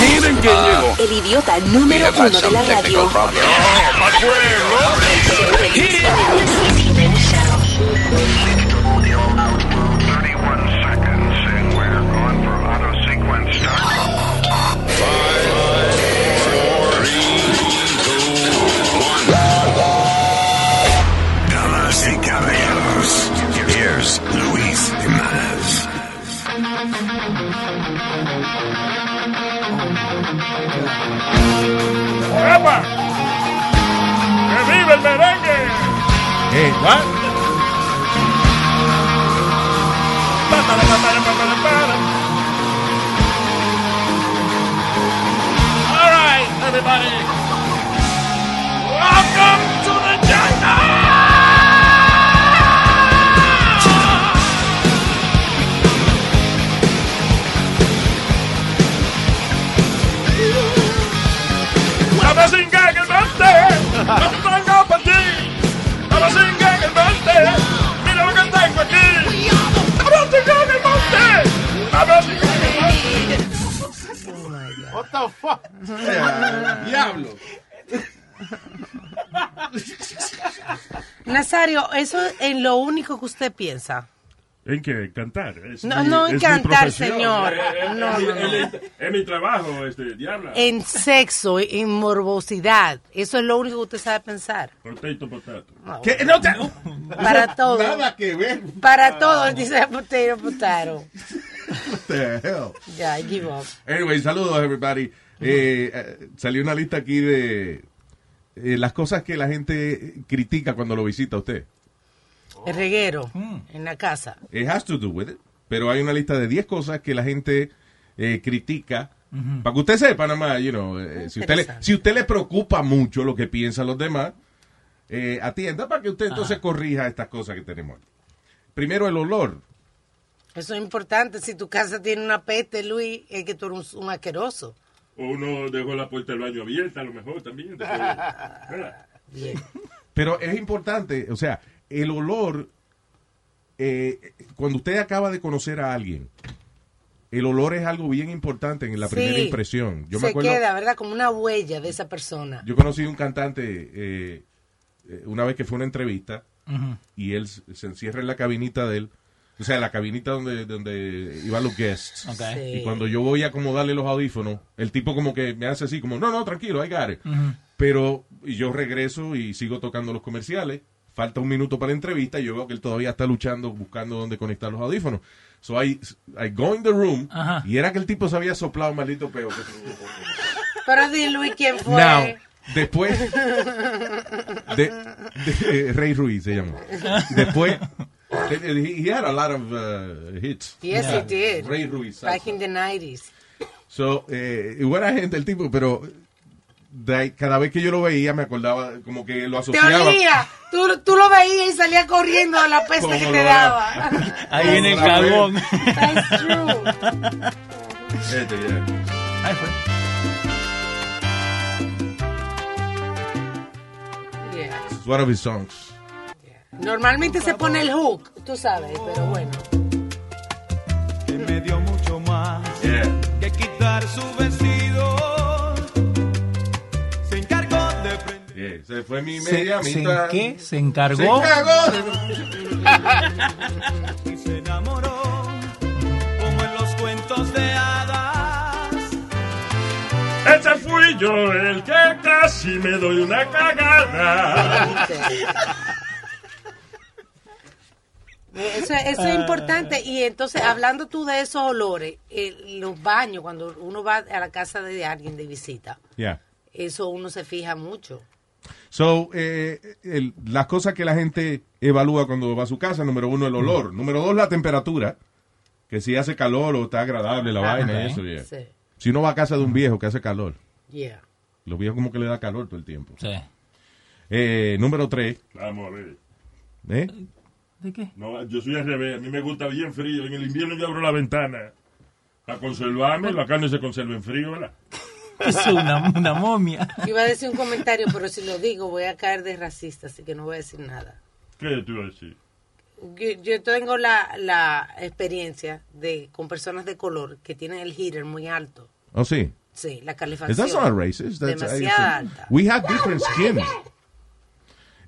Miren quién llegó. El idiota número uno de la radio. Damas y caballeros, here's Luis Jimenez. ¡Epa! ¡Que vive el merengue! Hey, what? Patara, patara, patara, patara. All right, everybody. Welcome to the jungle! Damas sin gag el mente, no tengo para ti. Damas sin gag el mente, mira lo que tengo aquí. Damas sin gag el mente, damas sin gag el mente. What the fuck? Diablo. Nazario, eso es en lo único que usted piensa. ¿En qué? ¿Cantar? Es No, mi- no es en mi cantar, profesión. señor. No, no, Eh, no. Es, es mi trabajo, este, diabla. En sexo, en morbosidad. Eso es lo único que usted sabe pensar. Potato, potato. ¿Qué? No te... Para todo. Nada que ver. Para todo, dice Potero Potaro. What the hell? Ya, I give up. Anyway, saludos, everybody. Eh, eh, salió una lista aquí de eh, las cosas que la gente critica cuando lo visita a usted. El reguero Mm. en la casa. It has to do with it. Pero hay una lista de 10 cosas que la gente eh, critica. Para que usted sepa, nada más, you know, eh, si, usted le, Interesante. si usted le preocupa mucho lo que piensan los demás, eh, atienda para que usted entonces corrija estas cosas que tenemos. Primero, el olor. Eso es importante. Si tu casa tiene una peste, Luis, es que tú eres un, un asqueroso. O uno dejó la puerta del baño abierta, a lo mejor también. después, ¿verdad? Pero es importante, o sea, el olor, eh, cuando usted acaba de conocer a alguien, el olor es algo bien importante en la Sí. primera impresión. Yo Se me acuerdo, queda, ¿verdad? Como una huella de esa persona. yo conocí un cantante eh, eh, una vez que fue a una entrevista y él se se encierra en la cabinita de él, o sea, en la cabinita donde, donde iban los guests. Ok. Sí. Y cuando yo voy a acomodarle los audífonos, el tipo como que me hace así, como, no, no, tranquilo, I got it. Pero yo regreso y sigo tocando los comerciales. Falta un minuto para la entrevista y yo veo que él todavía está luchando, buscando dónde conectar los audífonos. So I, I go in the room Ajá. y era que el tipo se había soplado un maldito peo. Pero di, Luis, ¿quién fue? Now, después de, de- Rey Ruiz se llamó. Después, eh, he, he had a lot of uh, hits. Yes, it did. Rey Ruiz. Back in the 90s. So, eh, y buena gente el tipo, pero de ahí, cada vez que yo lo veía me acordaba como que lo Te asociaba. olía. Tú, tú lo veías y salías corriendo a la peste Como que lo te veo. daba. Ahí viene el Hola, carbón. That's true. Este, ya. Ahí fue. Yeah. It's one of his songs. Normalmente se pone el hook, tú sabes, pero bueno. que me dio mucho más Yeah. que quitar su vestido. Se encargó de prender. Yeah, Se fue mi media Se, se- mitad. ¿qué? Se Se encargó. cagó. y se enamoró, como en los cuentos de hadas. Ese fui yo el que casi me doy una cagada. Eso, eso es importante. Y entonces, hablando tú de esos olores, eh, los baños, cuando uno va a la casa de alguien de visita, Yeah. eso uno se fija mucho. So, eh, el- las cosas que la gente evalúa cuando va a su casa, número uno, el olor. Número dos, la temperatura. Que si hace calor o está agradable la vaina y eso. yeah. Sí. Si uno va a casa de un viejo que hace calor, Yeah. los viejos como que le da calor todo el tiempo. Sí. Eh, número tres, Vamos a ver. ¿eh? ¿De qué? No, yo soy al revés. A mí me gusta bien frío. En el invierno yo abro la ventana. Para conservarme, la carne se conserva en frío, ¿verdad? Es una, una momia. Iba a decir un comentario, pero si lo digo, voy a caer de racista, así que no voy a decir nada. ¿Qué te iba a decir? Yo, yo tengo la, la experiencia de con personas de color que tienen el heater muy alto. ¿O oh, sí? Sí, la calefacción. That's not racist. That's, Demasiada I- alta. We have different skin.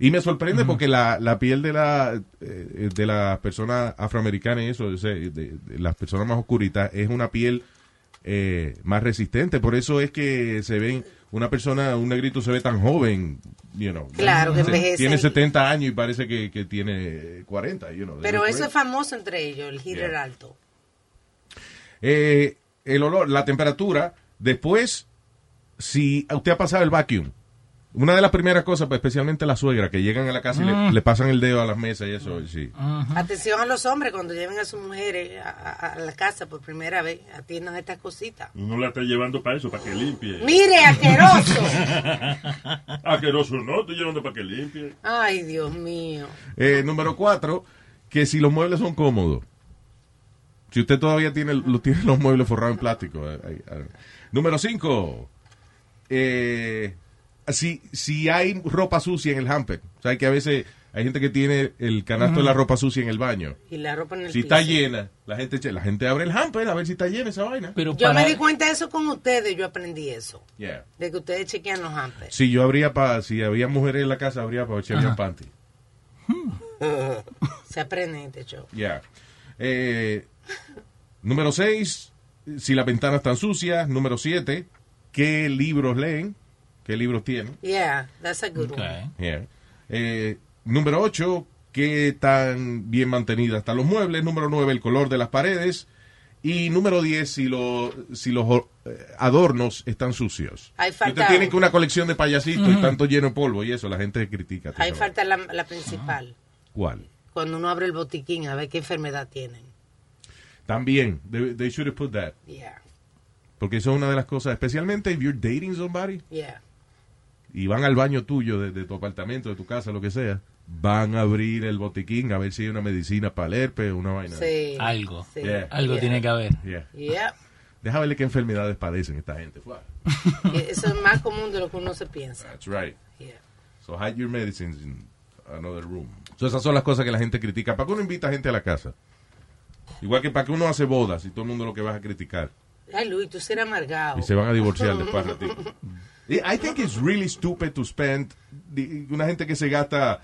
Y me sorprende porque la, la piel de la eh, de las personas afroamericanas y eso, o sea, de, de las personas más oscuritas, es una piel eh, más resistente. Por eso es que se ven, una persona, un negrito se ve tan joven, you know. Claro, que Se- envejece. Tiene 70 años y parece que, que tiene 40, you know. Pero Es eso es famoso entre ellos, el Hitler Yeah. alto. eh, el olor, la temperatura. Después, si a usted ha pasado el vacuum, una de las primeras cosas, pues, especialmente la suegra, que llegan a la casa y le, Mm. le pasan el dedo a las mesas y eso, sí. Atención a los hombres cuando lleven a sus mujeres a, a- a la casa por primera vez, atiendan a estas cositas. No la está llevando para eso, para que limpie. Mire, asqueroso. Aqueroso no, estoy llevando para que limpie. Ay, Dios mío. Eh, número cuatro, que si los muebles son cómodos. Si usted todavía tiene, lo- tiene los muebles forrados en plástico. eh, eh, eh. Número cinco, eh, si, si hay ropa sucia en el hamper. O sea, que a veces hay gente que tiene el canasto de la ropa sucia en el baño. Y la ropa en el Si está piso. llena, la gente, echa- la gente abre el hamper a ver si está llena esa vaina. Pero Yo me di cuenta de eso con ustedes, yo aprendí eso. Yeah. De que ustedes chequean los hampers. Si yo abría para, si había mujeres en la casa, abría para ver si había panty. Se aprende en este show. Yeah. Eh, número 6, si las ventanas están sucias. Número 7, ¿qué libros leen? ¿Qué libros tienen? Yeah, that's a good one. Yeah. Eh, número 8, ¿qué tan bien mantenidas están los muebles? Número 9, el color de las paredes. Y número 10, si, lo- si los o- eh, adornos están sucios. Ahí Si falta, Usted tiene que una colección de payasitos Ujú. y tanto lleno de polvo y eso, la gente critica. ahí falta la, la principal. ¿Cuál? Cuando uno abre el botiquín a ver qué enfermedad tienen. También, they, they should have put that. Yeah, Porque eso es una de las cosas, especialmente if you're dating somebody yeah. y van al baño tuyo, de, de tu apartamento, de tu casa, lo que sea, van a abrir el botiquín a ver si hay una medicina para el herpes, una vaina. Sí, Algo. sí. Yeah. Algo Yeah. tiene que haber. Yeah. Yeah. Deja verle qué enfermedades padecen esta gente. Fuá. Que Eso es más común de lo que uno se piensa. That's right. Yeah. So hide your medicines in another room. So esas son las cosas que la gente critica. ¿Para qué uno invita gente a la casa? Igual que para qué uno hace bodas y todo el mundo lo que vas a criticar. Ay, Luis, tú serás amargado. Y se van a divorciar después de ratito. I think it's really stupid to spend the- una gente que se gasta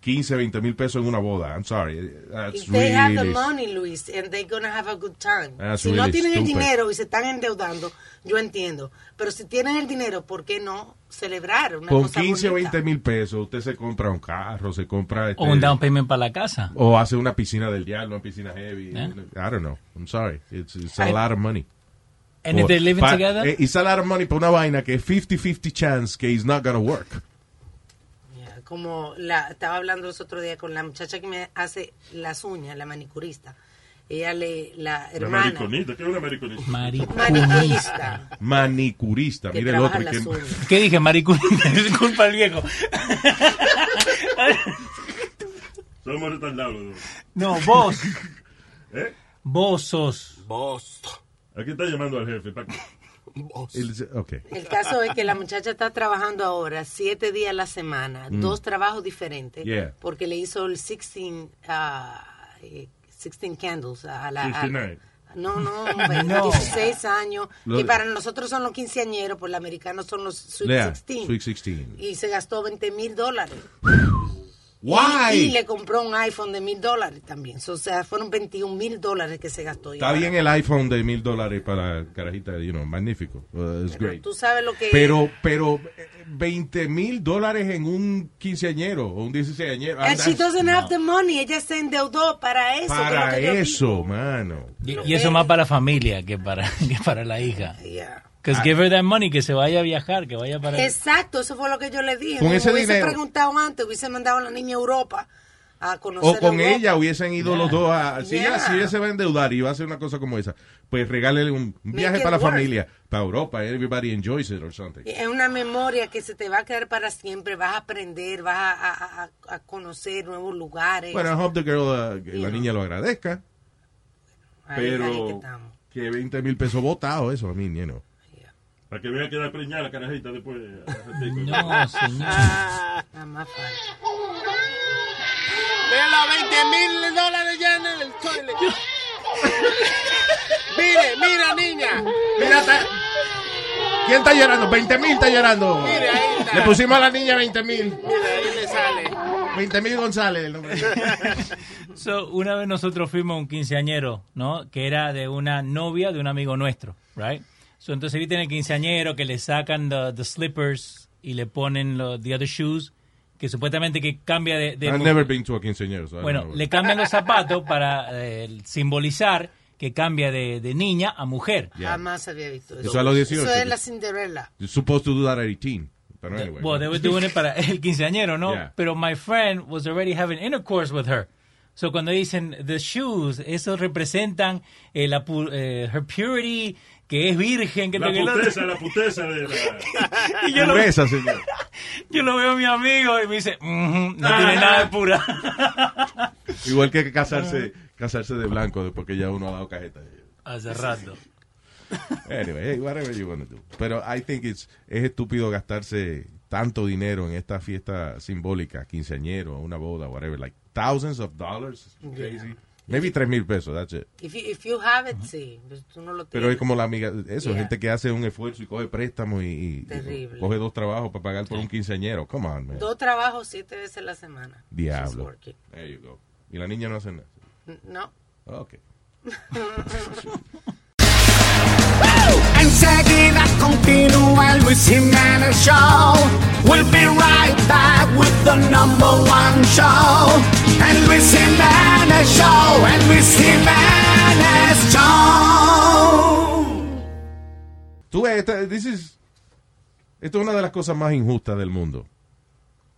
15, 20 mil pesos en una boda. I'm sorry. That's If they have the really- money, Luis, and they're gonna have a good time. That's si no really tienen el stupid. dinero y se están endeudando, yo entiendo. Pero si tienen el dinero, ¿por qué no celebrar una Con cosa 15 o bonita? 20 mil pesos, usted se compra un carro, se compra. este, O un down payment para la casa. o hace una piscina del diablo, una piscina heavy. Yeah. I don't know. I'm sorry. It's, it's a I- lot of money. And if Or- they're living pa- together? eh, It's a lot of money para una vaina que es 50-50 chance que it's not gonna work. Yeah, Como la, estaba hablando los otro día con la muchacha que me hace las uñas, la manicurista. Ella le, la La hermana. mariconita, ¿qué es una mariconita? Manicurista. Manicurista. Que Mire el trabaja otro. y las que- uñas. ¿Qué dije, maricón? Disculpa al viejo. Somos retardados. los dos. No, vos. ¿Eh? Vos sos. Vos. Aquí está llamando al jefe. pa' que- el- ok. El caso es que la muchacha está trabajando ahora siete días a la semana, Mm. dos trabajos diferentes, Yeah. porque le hizo el 16, ah, eh, 16 candles a la... a- 69. no, no, hombre, No. 16 años, Lo- que para nosotros son los quinceañeros, por los americanos son los Sweet Lea, 16. Sweet 16. Y se gastó 20 mil dólares. Why? Y, y le compró un iPhone de mil dólares también. O sea, fueron 21 mil dólares que se gastó. Está bien el iPhone de mil dólares para carajita, you know, magnífico. Uh, it's Pero great. tú sabes lo que... Pero, pero, eh, 20 mil dólares en un quinceañero o un dieciséisañero. Ah, And she that's- doesn't have the money. Ella se endeudó para eso. para que es lo que yo eso, mano. Y, y eso más para la familia que para, que para la hija. digo. Yeah. Que Ah. give her that money, que se vaya a viajar, que vaya para... Exacto, eso fue lo que yo le dije. Con me ese hubiese dinero. preguntado antes, hubiese mandado a la niña a Europa a conocer O con Europa. ella hubiesen ido los dos a. Si, Yeah. ella, si ella se va a endeudar y va a hacer una cosa como esa, pues regálele un viaje it para la work. familia, para Europa. Everybody enjoys it or something. Es una memoria que se te va a quedar para siempre. Vas a aprender, vas a, a- a- a conocer nuevos lugares. Bueno, I hope the girl, uh, que Yeah. la niña lo agradezca. Ahí, ahí que Pero estamos. que 20 mil pesos botado, eso a mí, you know. Para que vea que da preñada la carajita después. al ratico. No, señor. Ah. Nada más falta. Mira, 20 mil dólares ya en el toilet. Mire, mira, niña. Mira, ta- ¿Quién está llorando? 20 mil está llorando. Le pusimos a la niña 20 mil. ahí le sale. 20 mil González. el nombre. So, una vez nosotros fuimos a un quinceañero, ¿no? Que era de una novia de un amigo nuestro, right? So, entonces viste en el quinceañero que le sacan the, the slippers y le ponen los the other shoes, que supuestamente que cambia de... de- I've never been to a quinceañero. so I don't Bueno, know. le cambian los zapatos para eh, simbolizar que cambia de, de niña a mujer. Jamás había visto eso. Eso a los 18. Eso es la Cinderella. You're supposed to do that at 18. But anyway. Well, they were doing it para el quinceañero, ¿no? Yeah. Pero my friend was already having intercourse with her. So cuando dicen the shoes, eso representan eh, la pu- eh, her purity, que es virgen. Que La esto, que lo otro. puteza, la puteza de la... Y yo lo- Pureza, señor. Yo lo veo a mi amigo y me dice, "Mhm, no tiene nada de pura. Igual que casarse, Ah. casarse de blanco después que ya uno ha dado cajeta. Hace rato. Anyway, hey, whatever you wanna do. Pero I think it's, es estúpido gastarse tanto dinero en esta fiesta simbólica, quinceañero, una boda, whatever, like thousands of dollars. Crazy. Maybe tres mil pesos, that's it. If you, if you have it, sí. Pero tú no lo tienes. Pero es como la amiga, eso, Yeah. gente que hace un esfuerzo y coge préstamos y, y- y Terrible. coge dos trabajos para pagar por un quinceañero. Come on, man. Dos trabajos siete veces a la semana. She's Diablo. working. There you go. Y la niña no hace nada. N- No. Ok. Enseguida continúa el Luis Jiménez Show. We'll be right back with the number one show. El Luis Jiménez Show. El Luis Jiménez Show. Tú ves, esta, this is- esto es una de las cosas más injustas del mundo.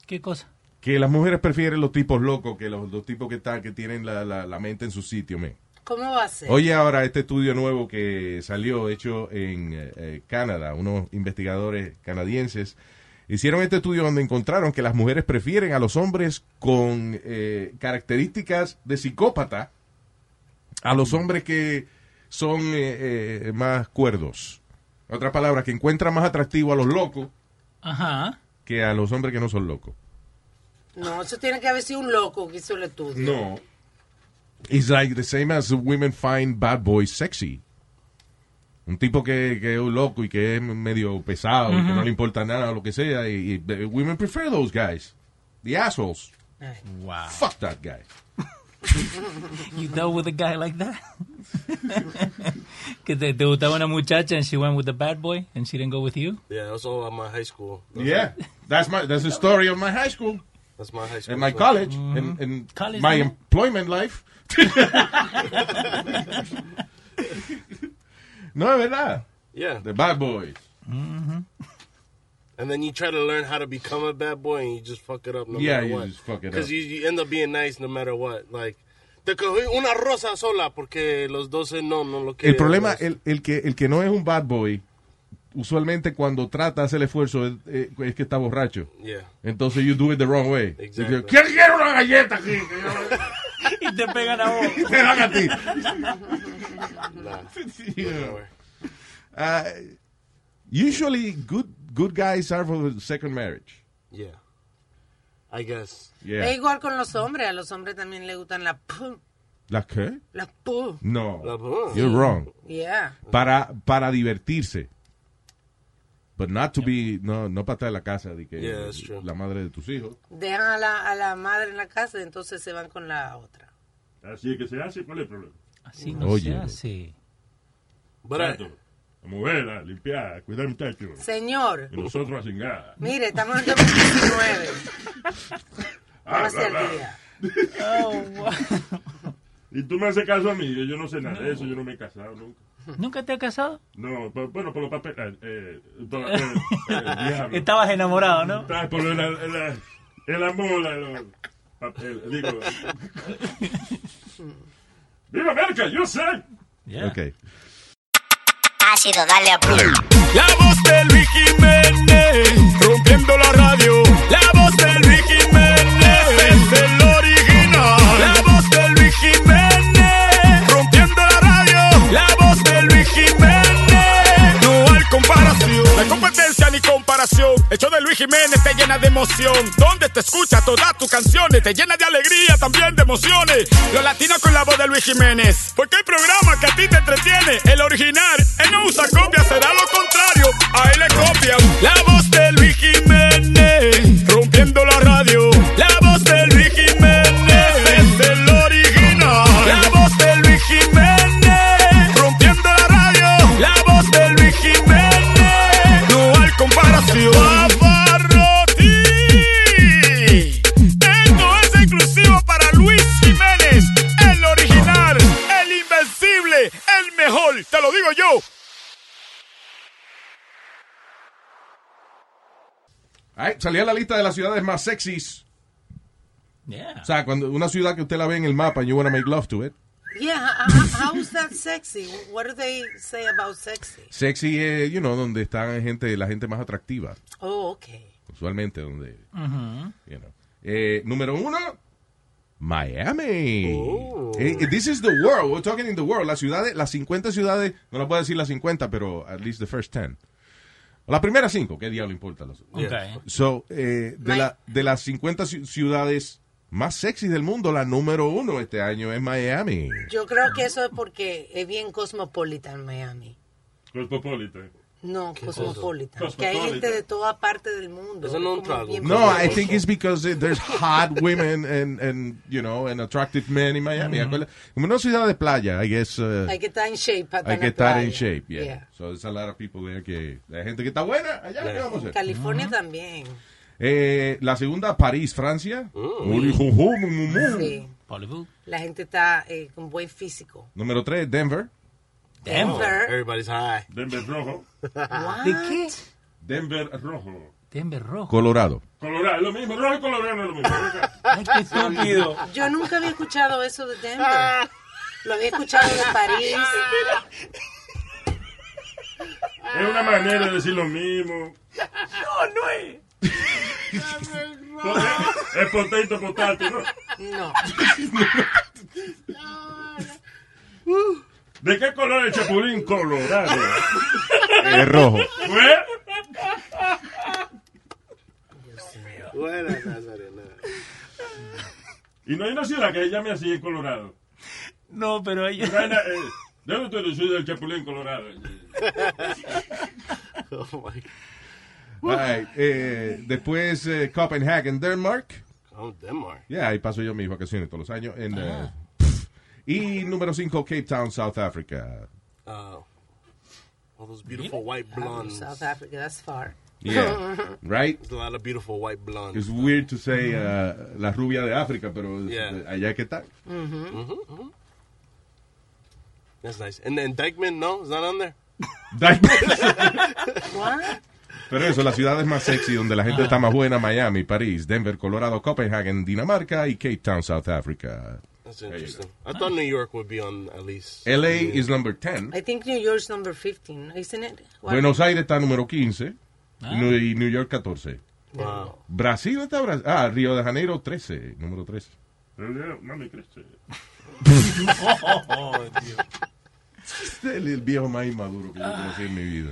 ¿Qué cosa? Que las mujeres prefieren los tipos locos que los, los tipos que están, que tienen la, la- la mente en su sitio, man. ¿Cómo va a ser? Oye, ahora este estudio nuevo que salió, hecho en eh, eh, Canadá, unos investigadores canadienses hicieron este estudio donde encontraron que las mujeres prefieren a los hombres con eh, características de psicópata a los hombres que son eh, eh, más cuerdos. En otras palabras, que encuentran más atractivo a los locos Ajá. que a los hombres que no son locos. No, eso tiene que haber sido un loco que hizo el estudio. No. It's like the same as women find bad boys sexy. Un tipo que, que es un loco y que es medio pesado y que Ujú. no le importa nada o lo que sea. Y, y- the women prefer those guys. The assholes. Wow. Fuck that guy. You dealt with a guy like that? que te, te gustaba una muchacha and she went with the bad boy and she didn't go with you? Yeah, that's all at my high school. Yeah. That's my that's the story of my high school. That's my high school. And my college. And, and College, my ¿no? employment life. no, es verdad. Yeah. The bad boys. And then you try to learn how to become a bad boy, and you just fuck it up no Yeah, matter you what. just fuck it Because up. you, you end up being nice no matter what. Like, te cogí una rosa sola porque los 12 no, no lo quieren. El problema, el, el que, el que no es un bad boy, usualmente cuando trata de hacer el esfuerzo es, eh, es que está borracho. Yeah. Entonces you do it the wrong way. Exactly. You go, "¿Quién quiere una galleta aquí? y te pegan a vos. Y te dan a ti. Nah. Yeah. Uh, usually good good guys are for the second marriage. Yeah. I guess. Yeah. Es igual con los hombres. A los hombres también les gustan las pu. ¿La qué? Las pu. No. La bu- You're wrong. Yeah. Para para divertirse. But not to be no no para estar en la casa de que Yeah, that's true. la madre de tus hijos. Dejan a la, a la madre en la casa y entonces se van con la otra. Así es que se hace, ¿cuál es el problema? Así no Oye. se hace. Barato. A mover, a limpiar, a cuidar muchachos. Señor. Y nosotros a cingar. Mire, estamos en 2019. Ah, Póngase bla, al bla. día. Y tú me haces caso a mí, yo, yo no sé nada de eso, yo no me he casado nunca. ¿Nunca te has casado? No, pa- bueno, por los papeles. Eh, eh, por- eh, eh, diablo. Estabas enamorado, ¿no? Ah, Por el, el, el, el amor, la- los papeles. Digo. ¡Viva América! ¡Yo sé! Okay. Ha sido dale a play. La voz del Luis Jiménez, rompiendo la radio. La voz del Luis Jiménez, es el original. La voz del Luis Jiménez, rompiendo la radio. La voz del Luis Jiménez, no hay comparación. No hay competencia ni comparación. El show de Luis Jiménez te llena de emoción. Donde te escucha todas tus canciones, te llena de alegría, también de emociones. Los latinos con la voz de Luis Jiménez. Porque el programa que a ti te entretiene, el original, él no usa copia, será lo contrario. A él le All right, salía la lista de las ciudades más sexys. Yeah. O sea, cuando una ciudad que usted la ve en el mapa and you want to make love to it. Yeah, how, how is that sexy? What do they say about sexy? Sexy es, you know, donde están gente, la gente más atractiva. Oh, okay. Usualmente donde, Ujú. you know. Eh, número uno, Miami. Eh, eh, this is the world. We're talking in the world. Las ciudades, las 50 ciudades, no las puedo decir las 50, pero at least the first 10. Las primeras 5, ¿qué diablo importa? Los, Okay. So, eh, de, la, de las 50 ci- ciudades más sexy del mundo, la número uno este año es Miami. Yo creo que eso es porque es bien cosmopolitan Miami. Cosmopolitan. No, cosmopolitan. cosa? Que hay gente Cosmopolitan. de toda parte del mundo. Eso no es un Como trago. bien No, I cosmopolitan. think it's because there's hot women and, and you know, and attractive men in Miami. Mhm. Acuérdate, Como una ciudad de playa, I guess. uh, Hay que estar en shape. para hay que estar en estar la in playa. shape, yeah. Yeah. So there's a lot of people there que hay gente que está buena allá. ¿qué vamos a hacer? California también. Eh, la segunda, París, Francia. Mm. Uli, ju, ju, mu, mu, mu. Sí. La gente está eh, con buen físico. Número tres, Denver. Denver. Everybody's high. Denver rojo. ¿De qué? Denver rojo. Denver rojo. Colorado. Colorado, es lo mismo. Rojo y colorado no es lo mismo. qué estúpido. Yo nunca había escuchado eso de Denver. Lo había escuchado de París. Es una manera de decir lo mismo. No, no es. Es potato, potato, ¿no? No. ¿De qué color es el chapulín colorado? Es rojo. ¿Fue? Buena, Nazarena. Y no hay una ciudad que se llame así en Colorado. No, pero hay. eh, ¿De dónde tú eres? Soy del chapulín colorado. Oh All right, eh, después, eh, Copenhagen, Denmark. Oh, Denmark. Yeah, ahí paso yo mis vacaciones todos los años. en, eh, Ah. y número cinco, Cape Town, South Africa. Oh. All those beautiful white blondes. South Africa, that's far. Yeah, right? There's a lot of beautiful white blondes. It's weird to say uh, la rubia de África, pero Yeah. allá que tal. Mm-hmm. Mm-hmm. That's nice. And then Dykeman, no, it's not on there. What? Pero eso, las ciudades más sexy donde la gente está más buena, Miami, París, Denver, Colorado, Copenhagen, Dinamarca y Cape Town, South Africa. That's interesting. I thought New York would be on at least. LA is number 10. I think New York's number 15, isn't it? What? Buenos Aires está número 15 Ah. Nu- y New York 14. Wow. Brasil está... Bra- Ah, Río de Janeiro 13, número 13. Mami, crece. Oh, Dios. Este es el viejo más inmaduro que yo conocí en mi vida.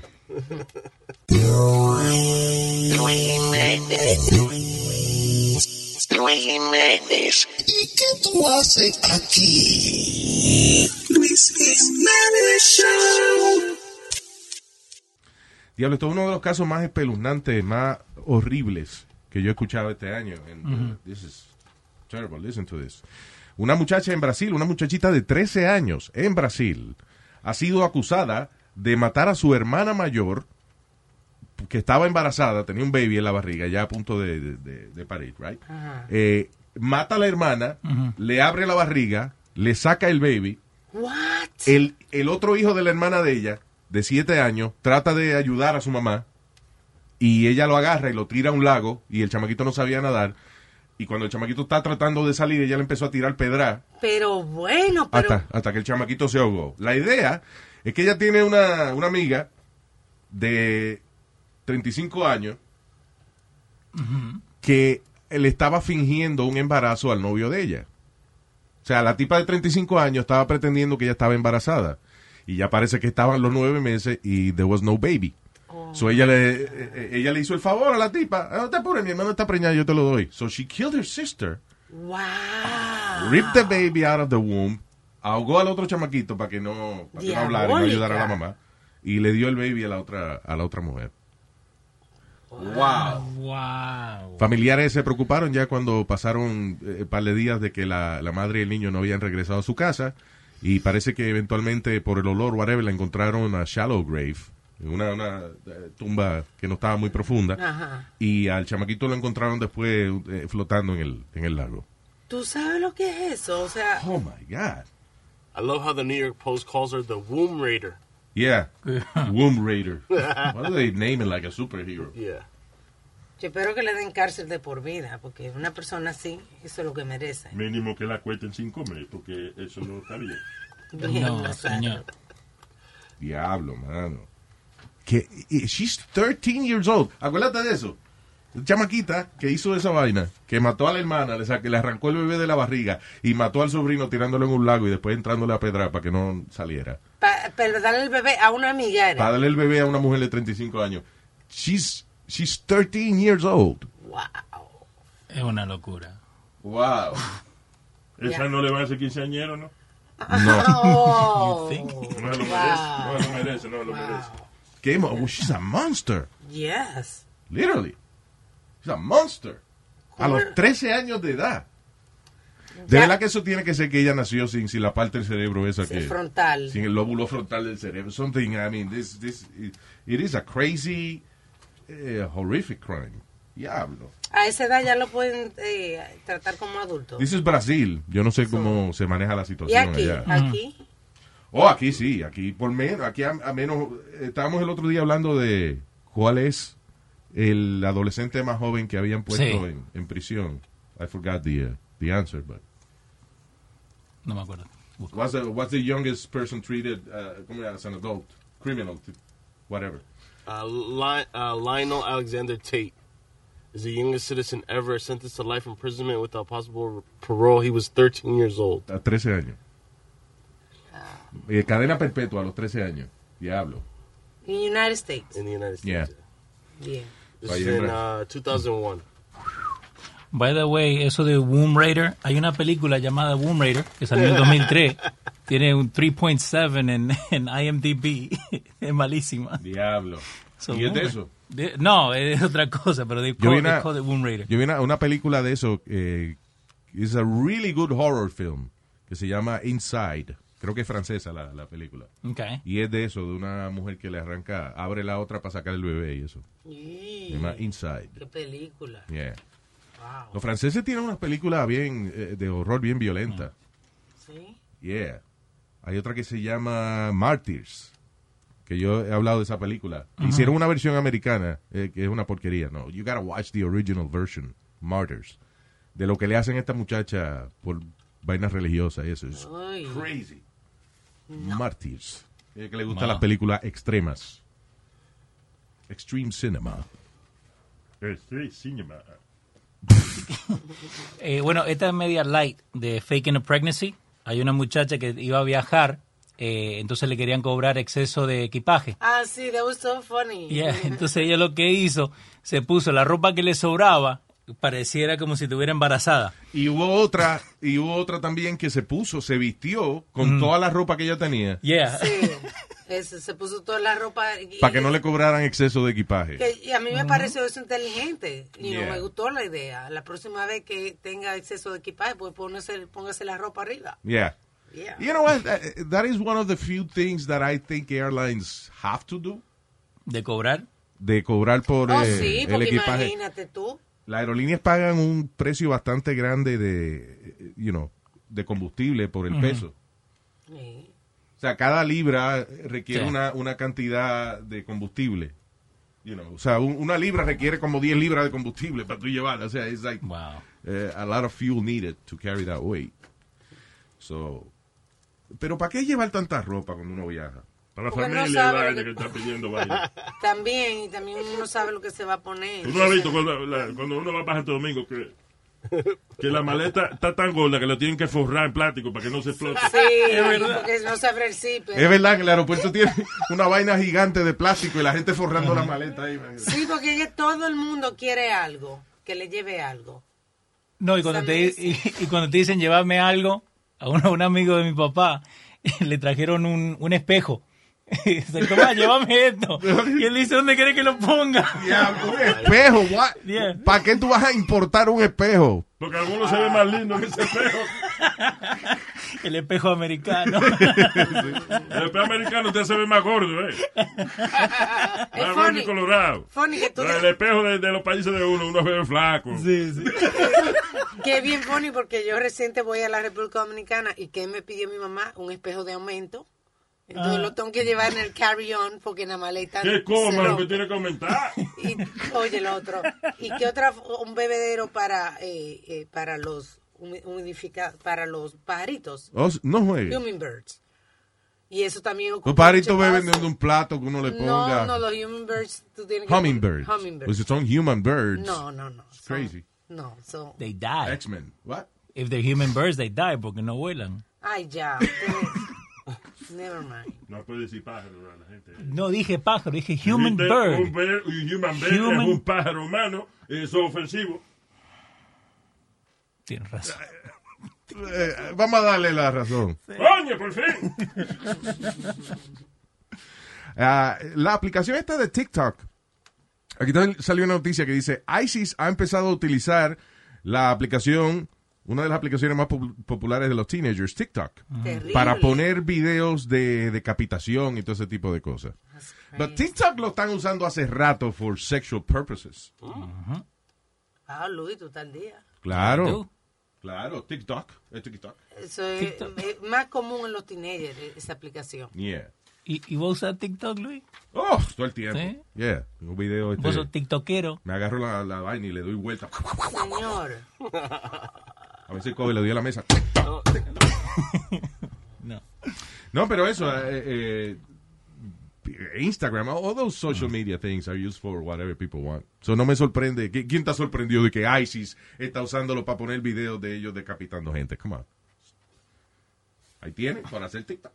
Luis Jiménez. ¿Y qué tú haces aquí? Luis Jiménez Show. Diablo, esto es uno de los casos más espeluznantes, más horribles que yo he escuchado este año. And, uh, Ujú. This is terrible. Listen to this. Una muchacha en Brasil, una muchachita de 13 años en Brasil, ha sido acusada de matar a su hermana mayor que estaba embarazada, tenía un baby en la barriga, ya a punto de, de- de- de parir, right? Ajá. Eh, mata a la hermana, le abre la barriga, le saca el baby, What? el, el otro hijo de la hermana de ella, de siete años, trata de ayudar a su mamá y ella lo agarra y lo tira a un lago y el chamaquito no sabía nadar. Y cuando el chamaquito está tratando de salir, ella le empezó a tirar pedra Pero bueno, pero hasta, hasta que el chamaquito se ahogó. La idea es que ella tiene una, una amiga de 35 años que le estaba fingiendo un embarazo al novio de ella. O sea, la tipa de 35 años estaba pretendiendo que ella estaba embarazada. Y ya parece que estaban los nueve meses y there was no baby. Oh. So ella le, eh, eh, ella le hizo el favor a la tipa. "Ah, No te apures, mi hermana está preñada, yo te lo doy. So she killed her sister. Wow. Ripped the baby out of the womb. Ahogó al otro chamaquito para que no, para que no hablara y no ayudara a la Diabólica. mamá. Y le dio el baby a la otra, a la otra mujer. Wow. Wow. Familiares se preocuparon ya cuando pasaron eh, par de días de que la, la madre y el niño no habían regresado a su casa y parece que eventualmente por el olor whatever la encontraron a shallow grave, en una, una, eh, tumba que no estaba muy profunda Ajá. y al chamaquito lo encontraron después eh, flotando en el, en el lago. tú sabes lo que es eso, o sea, Oh my God. I love how the New York Post calls her the womb raider. Yeah. Womb Raider. Why do they name it like a superhero? Yeah. Yo espero que le den cárcel de por vida, porque una persona así, eso es lo que merece. Mínimo que la cuenten cinco meses, porque eso no está bien. Bien, No, Nazario. señor. Diablo, mano. Que, y- she's 13 years old. Acuérdate de eso. Chamaquita que hizo esa vaina, que mató a la hermana, le, sa- le arrancó el bebé de la barriga y mató al sobrino tirándolo en un lago y después entrándole a pedra para que no saliera. Pa- pero darle el bebé a una amiga era. Para darle el bebé a una mujer de 35 años. She's, she's 13 years old. Es una locura. Wow. Esa Ya. no le va a hacer quinceañero, ¿no? No. Oh. No lo merece, no lo merece, no lo merece. Qué mo- oh, she's a monster. Yes. Literally. She's a monster. A ¿Cómo? los 13 años de edad. De Ya. verdad que eso tiene que ser que ella nació sin, sin la parte del cerebro esa que... frontal. Sin el lóbulo frontal del cerebro. Something, I mean, this, this, it, it is a crazy, eh, horrific crime. Diablo. A esa edad ya lo pueden eh, tratar como adulto. This is Brasil. Yo no sé cómo se maneja la Y situación aquí, allá. aquí, Oh, aquí sí, aquí por menos, aquí a, a menos, estábamos el otro día hablando de cuál es el adolescente más joven que habían puesto Sí. en, en prisión. I forgot the, uh, the answer, but No me acuerdo. what's the, what's the youngest person treated uh, como as an adult, criminal, t- whatever. Uh, Li- uh, Lionel Alexander Tate is the youngest citizen ever sentenced to life imprisonment without possible parole. He was 13 years old. A 13 años. Eh, cadena perpetua a los 13 años. Diablo. en United States. In the United States. Yeah. Bien. This is in uh, 2001. By the way, eso de Womb Raider, hay una película llamada Womb Raider que salió en 2003. Tiene un 3.7 en, en IMDb. Es malísima. Diablo. ¿Y es de eso? no, es otra cosa, pero de Yo vi una, de Womb Raider. yo vi una, una película de eso. Eh, es a really good horror film. Que se llama Inside. Creo que es francesa la, la película. Ok. Y es de eso, de una mujer que le arranca, abre la otra para sacar el bebé y eso. Se llama Inside. Qué película. Yeah. Wow. Los franceses tienen unas películas bien, eh, de horror bien violenta. Sí. Yeah. Hay otra que se llama Martyrs, que yo he hablado de esa película. Ajá. Hicieron una versión americana, eh, que es una porquería, no. You gotta watch the original version, Martyrs, de lo que le hacen a esta muchacha por vainas religiosas y eso. Es Crazy. Martyrs. Eh, que le gustan Wow. las películas extremas. Extreme Cinema. Es sí, cinema. Eh, bueno, esta es media light de Faking a Pregnancy. Hay una muchacha que iba a viajar, eh, entonces le querían cobrar exceso de equipaje. Ah, sí, that was so funny. Yeah, Entonces ella lo que hizo, se puso la ropa que le sobraba, pareciera como si estuviera embarazada. Y hubo otra, y hubo otra también que se puso, se vistió con Mm. toda la ropa que ella tenía Yeah. Sí. Ese, se puso toda la ropa. y- para que no le cobraran exceso de equipaje. que- y a mí me pareció eso inteligente. Y Yeah. no me gustó la idea. La próxima vez que tenga exceso de equipaje, pues póngase, póngase la ropa arriba. Yeah. Yeah. You know what? That, that is one of the few things that I think airlines have to do. ¿De cobrar? De cobrar por Oh, eh, sí, el porque equipaje. imagínate tú. Las aerolíneas pagan un precio bastante grande de, eh, you know, de combustible por el Ujú. peso. O sea, cada libra requiere Sí. una, una cantidad de combustible. You know, o sea, un- una libra requiere como 10 libras de combustible para tú llevarla. O sea, es like eh, a lot of fuel needed to carry that weight. So, pero ¿para qué llevar tanta ropa cuando uno viaja? Para la Porque no familia, sabe la lo que- vaina que está pidiendo vaina. También, y también uno no sabe lo que se va a poner. Tú no has visto cuando, la- cuando uno va para Santo Domingo que, que la maleta está tan gorda que la tienen que forrar en plástico para que no se explote. Sí, porque no se abre el zipper. Es verdad que el aeropuerto tiene una vaina gigante de plástico y la gente forrando la maleta ahí. man. Sí, porque ya todo el mundo quiere algo, que le lleve algo. No, y cuando, te, y, y cuando te dicen llévame algo, a un, a un amigo de mi papá le trajeron un, un espejo. Y dice, Toma, llévame esto. Y él dice, ¿dónde quiere que lo ponga? Un espejo, what? Yeah. ¿Para qué tú vas a importar un espejo? Porque alguno se ve más lindo que ese espejo. El espejo americano. El espejo americano te se ve más gordo, ¿eh? Ah, Más gordo funny. y colorado. Funny que tú Pero El espejo de, de los países de uno, uno se ve flaco. Sí, sí. Qué bien, Bonnie, porque yo reciente voy a la República Dominicana y que me pidió mi mamá un espejo de aumento. Entonces Ah. lo tengo que llevar en el carry-on porque en la maleta. ¿Qué se coma lo rompe. que tiene que aumentar? Y, oye, el otro. ¿Y qué otra? Un bebedero para, eh, eh, para los humi- humidifica- para los pajaritos. Oh, no juegue. Hummingbirds. Y eso también Los ocupa pajaritos mucho beben espacio. de un plato que uno le ponga. No, no, los hummingbirds. Tú tienes que- hummingbirds. Hummingbirds. Pues son human birds. No, no, no. It's crazy. No, son. They die. X-Men. What? If they're human birds, they die porque no vuelan. Ay, ya. ustedes. Never mind. No puede decir pájaro a la gente. No dije pájaro, dije human Dijiste, Un, bird. bear- un human bird Human- es un pájaro humano, eso es ofensivo. Tienes razón. Eh, vamos a darle la razón. ¡Coño, por fin! Ah, la aplicación esta de TikTok. Aquí también salió una noticia que dice, ISIS ha empezado a utilizar la aplicación, una de las aplicaciones más pop- populares de los teenagers, TikTok, Terrible. para poner videos de decapitación y todo ese tipo de cosas. Pero TikTok lo están usando hace rato for sexual purposes. Ah, Luis, tú estás al día. Claro. Claro, TikTok. Es TikTok. Eso es, es más común en los teenagers, e, esa aplicación. Yeah. ¿Y, y vos usas TikTok, Luis? Oh, todo el tiempo. ¿Sí? Yeah. Un video este, Vos sos tiktokero. Me agarro la, la vaina y le doy vuelta. Señor. A veces coge, le doy a la mesa. No. No, pero eso, eh, eh, Instagram, all those social media things are used for whatever people want. So no me sorprende. ¿Qui- ¿Quién está sorprendido de que ISIS está usándolo para poner videos de ellos decapitando gente? Come on. Ahí tienen, para hacer TikTok.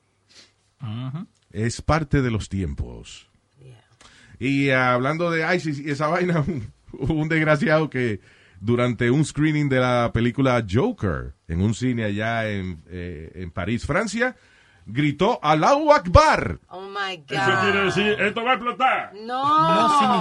Es parte de los tiempos. Y ah, hablando de ISIS y esa vaina, un, un desgraciado que durante un screening de la película Joker en un cine allá en, eh, en París, Francia, gritó Allahu Akbar. Oh my Eso God. Pues quiere decir, esto va a explotar. No.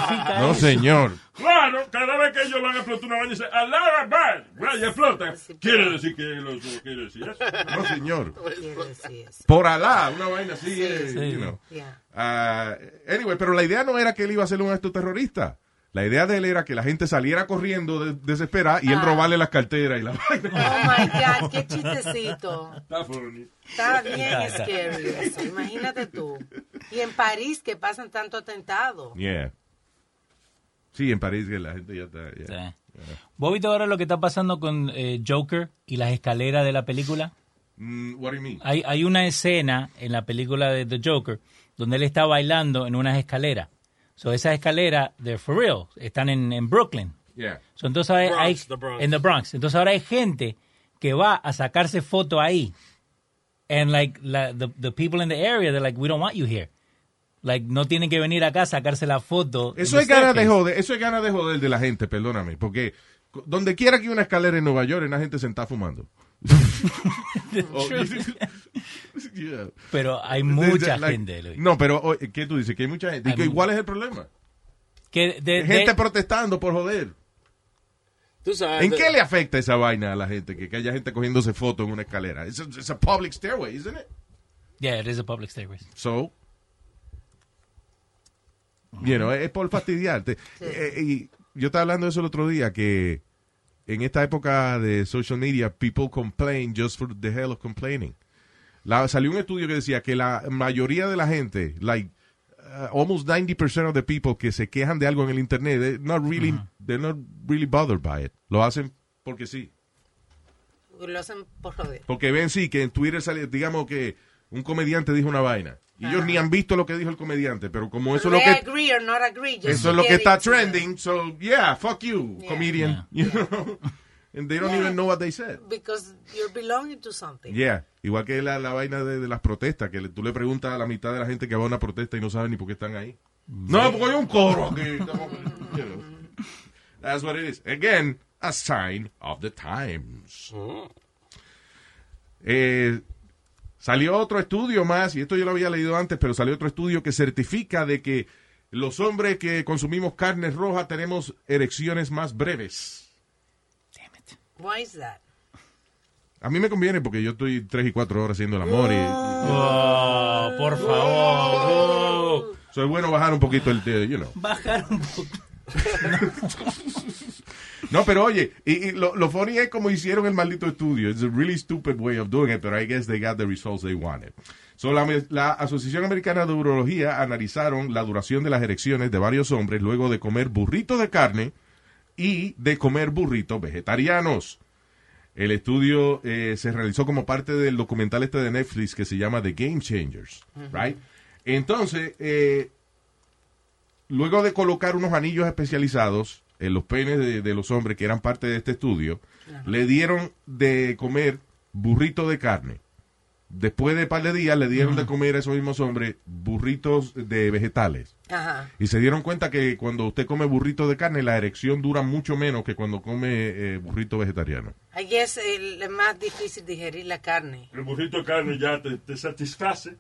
No significa No, señor. Claro, cada vez que ellos van a explotar una vaina, dicen, alaba, Akbar", Bueno, y explota. Quiere decir que lo eso quiere decir eso. No, señor. Quiere decir eso. Por Alá, una vaina así. eh, Sí. you know. Yeah. Ah, anyway, pero la idea no era que él iba a ser un acto terrorista. La idea de él era que la gente saliera corriendo de- desesperada y él Ah. robarle las carteras y la vaina. Oh my God, qué chistecito. Está funny. Está bien Está, está. scary eso, imagínate tú. Y en París que pasan tanto atentado. Yeah. Sí, en París que la gente ya está. ya. ¿Vos viste ahora lo que está pasando con eh, Joker y las escaleras de la película? Mm, what do you mean? Hay, hay una escena en la película de The Joker donde él está bailando en unas escaleras. So, esas escaleras, they're for real, están en, en Brooklyn. Yeah. So, entonces hay- Bronx, hay, the Bronx. en the Bronx. Entonces ahora hay gente que va a sacarse foto ahí. And like la- the, the people in the area, they're like, we don't want you here. Like no tienen que venir acá a sacarse la foto. Eso es ganas de joder, eso es ganas de joder de la gente, perdóname, porque co- donde quiera que hay una escalera en Nueva York, hay una gente sentada fumando. Oh, yeah. Pero hay mucha De- de- like- gente, Luis. No, pero oye, ¿qué tú dices? Que hay mucha gente. Hay Que mu- igual es el problema. Que de- gente de- protestando por joder. Tú sabes, ¿En de- qué le afecta esa vaina a la gente? Que, que haya gente cogiéndose fotos en una escalera. It's a, it's a public stairway, isn't it? Yeah, it is a public stairway. So, you know, es por fastidiarte. Eh, y yo estaba hablando de eso el otro día, que en esta época de social media, people complain just for the hell of complaining. La- salió un estudio que decía que la mayoría de la gente, like uh, almost 90% of the people que se quejan de algo en el internet, they're not really, they're not really bothered by it. Lo hacen porque sí. Lo hacen por joder. Porque ven, sí, que en Twitter sale, digamos que un comediante dijo una vaina. Y ellos ni han visto lo que dijo el comediante, pero como eso es lo May que agree or not agree, just eso es lo que get está it. trending, so yeah, fuck you, Yeah. comedian. You know? And they don't Yeah. even know what they said. Because you're belonging to something. Yeah, igual que la, la vaina de, de las protestas, que le- tú le preguntas a la mitad de la gente que va a una protesta y no saben ni por qué están ahí. No, porque hay un coro aquí. estamos- you know. That's what it is. Again, a sign of the times. Eh, salió otro estudio más, y esto yo lo había leído antes, pero salió otro estudio que certifica de que los hombres que consumimos carne roja tenemos erecciones más breves. Why is that? A mí me conviene porque yo estoy tres y cuatro horas haciendo el amor y... por favor. So es bueno bajar un poquito el... eh, You know. Bajar un poco. No, pero oye, y, y lo, lo funny es como hicieron el maldito estudio. It's a really stupid way of doing it, but I guess they got the results they wanted. So, la, la Asociación Americana de Urología analizaron la duración de las erecciones de varios hombres luego de comer burritos de carne y de comer burritos vegetarianos. El estudio eh, se realizó como parte del documental este de Netflix que se llama The Game Changers, right? Entonces, eh, luego de colocar unos anillos especializados en los penes de, de los hombres que eran parte de este estudio, le dieron de comer burrito de carne. Después de un par de días le dieron de comer a esos mismos hombres burritos de vegetales. Ajá. Y se dieron cuenta que cuando usted come burrito de carne, la erección dura mucho menos que cuando come eh, burrito vegetariano. Ahí es el es más difícil digerir la carne. El burrito de carne ya te, te satisface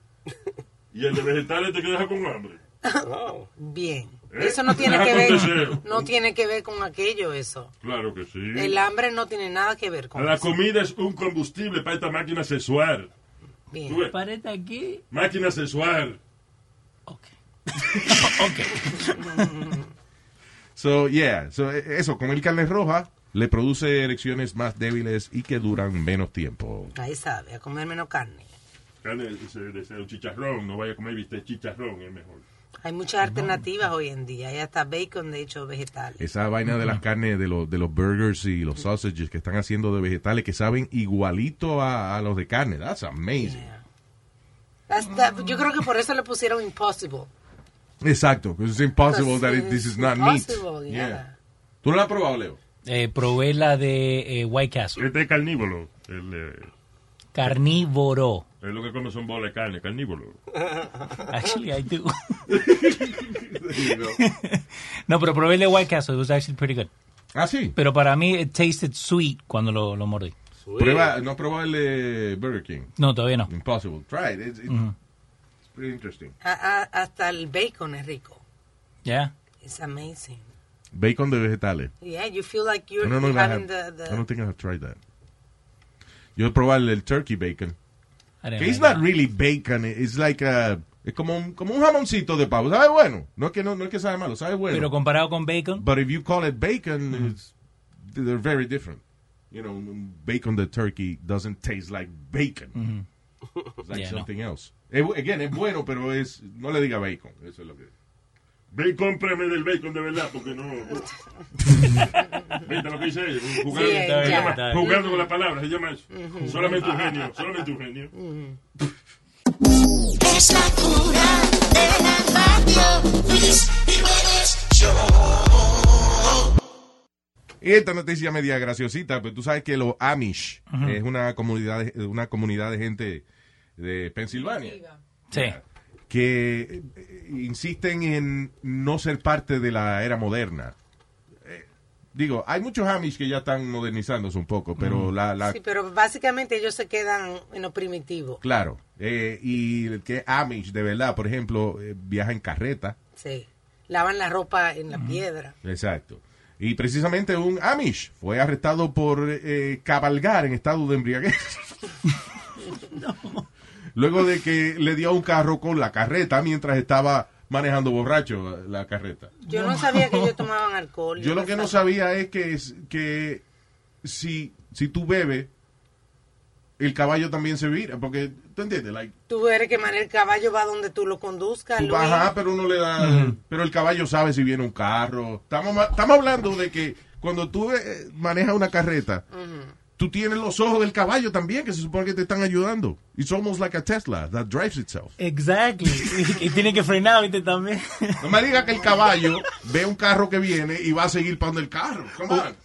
y el de vegetales te deja con hambre. Oh, Bien. ¿Eh? Eso no tiene Deja que con ver, deseo. no tiene que ver con aquello eso. Claro que sí. El hambre no tiene nada que ver con La eso. comida es un combustible para esta máquina sexual. Tú ves, Parece aquí. Máquina sexual. So, yeah. So, eh, eso, comer carne roja le produce erecciones más débiles y que duran menos tiempo. Ahí sabe, a comer menos carne. Carne de, de- de chicharrón, no vaya a comer viste chicharrón, es mejor. Hay muchas alternativas hoy en día. Hay hasta bacon de hecho vegetal. Esa vaina de las carnes, de, los de los burgers y los sausages que están haciendo de vegetales que saben igualito a, a los de carne. That's amazing. That's- that- yo creo que por eso le pusieron impossible. Exacto. 'cause It's impossible Because that it- it's this is not meat. impossible, yeah. Yeah. ¿Tú no la has probado, Leo? Eh, probé la de eh, White Castle. Este es carnívoro. El, eh, Carnívoro. es lo que come son bolas de carne, carnívoro. Actually, I do. no, pero probé el de White Castle. It was actually pretty good. Ah, sí. Pero para mí, it tasted sweet cuando lo, lo mordí. Prueba, no has probado el de Burger King. No, todavía no. Impossible. Try it. It's, it's- Ujú. it's pretty interesting. A- a- hasta el bacon es rico. Yeah. It's amazing. Bacon de vegetales. Yeah, you feel like I you're don't know if I having have- the, the- I don't think I have tried that. Yo he probado el- el turkey bacon. Que I didn't it's like not really bacon, it's like a- es como un, como un jamoncito de pavo, sabe bueno, no es que no, no es que sabe malo, sabe bueno. Pero comparado con bacon. But if you call it bacon, it's, they're very different. You know, bacon the turkey doesn't taste like bacon. It's like Yeah, no. something else. Eh, bu- again, es bueno, pero es no le diga bacon, eso es lo que. Ve y cómprame del bacon de verdad, porque no. Viste lo que dice ella, jugando, Sí, se ya. llama- jugando con la palabra, se llama eso. Ujú. Solamente un genio, solamente un genio. Es la cura de la radio. Luis Jiménez Show. Y esta noticia media graciosita, pero tú sabes que los Amish Ujú. es una comunidad, de- una comunidad de gente de Pensilvania. Sí. que eh, insisten en no ser parte de la era moderna. Eh, digo, hay muchos Amish que ya están modernizándose un poco, pero la, la- Sí, pero básicamente ellos se quedan en lo primitivo. claro, eh, y el que Amish de verdad, por ejemplo, eh, viaja en carreta, Sí. Lavan la ropa en la piedra. exacto. Y precisamente un Amish fue arrestado por eh, cabalgar en estado de embriaguez. Luego de que le dio a un carro con la carreta mientras estaba manejando borracho eh, la carreta. Yo no, sabía que ellos tomaban alcohol. Yo lo que no sabía es que, es que si, si tú bebes, el caballo también se vira, porque, ¿tú entiendes? Like, Tú eres que manejar el caballo va donde tú lo conduzcas. tú Luis. vas, ah, ajá, pero uno le da... Pero el caballo sabe si viene un carro. Estamos, ma- estamos hablando de que cuando tú eh, manejas una carreta, tú tienes los ojos del caballo también, que se supone que te están ayudando. It's almost like a Tesla that drives itself. Exactly. y, y tiene que frenar, viste, también. No me digas que el caballo ve un carro que viene y va a seguir para donde el carro. Come on.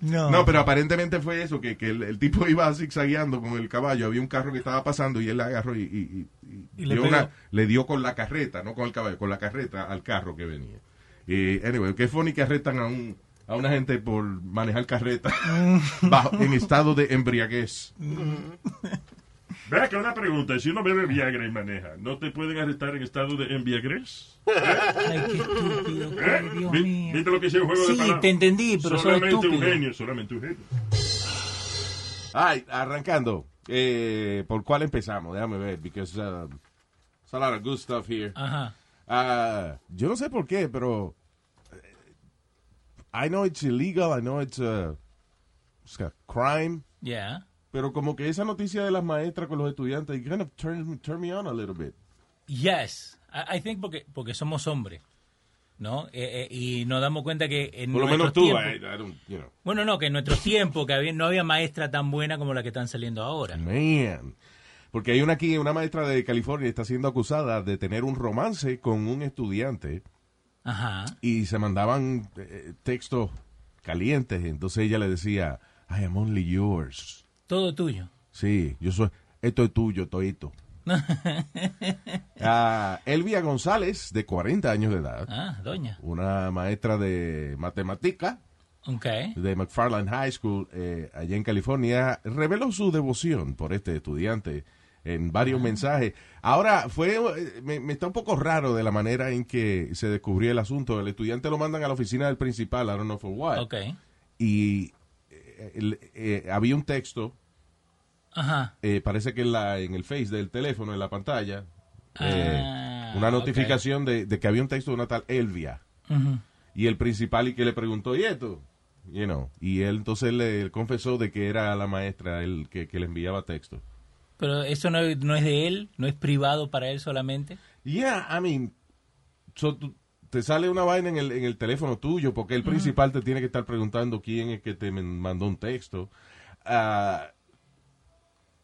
No. pero aparentemente fue eso, que, que el, el tipo iba zigzagueando con el caballo, había un carro que estaba pasando y él la agarró y, y- y- y Y le dio pegó. una- le dio con la carreta, no con el caballo, con la carreta al carro que venía. Y, anyway, que funny que arrestan a, un, a una gente por manejar carreta bajo- en estado de embriaguez. Vea que una pregunta, si uno bebe Viagra y maneja, ¿no te pueden arrestar en estado de embriaguez? Ay, qué estúpido. ¿Eh? Dios Vi- mío. ¿Viste lo que hice el juego de Sí, palabras? te entendí, pero soy solamente un estúpido. genio, solamente un genio. Ay, arrancando. eh, ¿Por cuál empezamos? Déjame ver, because uh, there's a lot of good stuff here. Ajá. Ah, yo no sé por qué, pero eh, I know it's illegal, I know it's a, it's a crime, Yeah. Pero como que esa noticia de las maestras con los estudiantes, it kind of turns- turn me on a little bit. Yes. I, I think porque, porque somos hombres, ¿no? Eh, eh, y nos damos cuenta que en Por lo menos nuestros tú, eh. tiempos- I- I don't, you know. Bueno, no, que en nuestros tiempos que había, no había maestra tan buena como la que están saliendo ahora. Mm. Man. Porque hay una aquí, una maestra de California está siendo acusada de tener un romance con un estudiante Ajá. y se mandaban eh, textos calientes. Entonces ella le decía, I am only yours. Todo tuyo. Sí, yo soy, esto es tuyo, toito. Ah, Elvia González, de 40 años de edad. Ah, doña. Una maestra de matemática Ok. de McFarland High School, eh, allá en California, reveló su devoción por este estudiante en varios mensajes. Ahora, fue eh, me, me está un poco raro de la manera en que se descubrió el asunto. El estudiante lo mandan a la oficina del principal, I don't know for what. Ok. Y eh, el- eh, había un texto, Ajá. eh, parece que en, la, en el face del teléfono, en la pantalla, eh, Ah, una ok. notificación de, de que había un texto de una tal Elvia. Ujú. Y el principal y que le preguntó, ¿y esto? You know, y él entonces le él confesó de que era la maestra el que, que le enviaba texto. Pero eso no, no es de él, no es privado para él solamente. Yeah, I mean, so tú- te sale una vaina en el, en el teléfono tuyo porque el principal te tiene que estar preguntando quién es que te men- mandó un texto. Ah,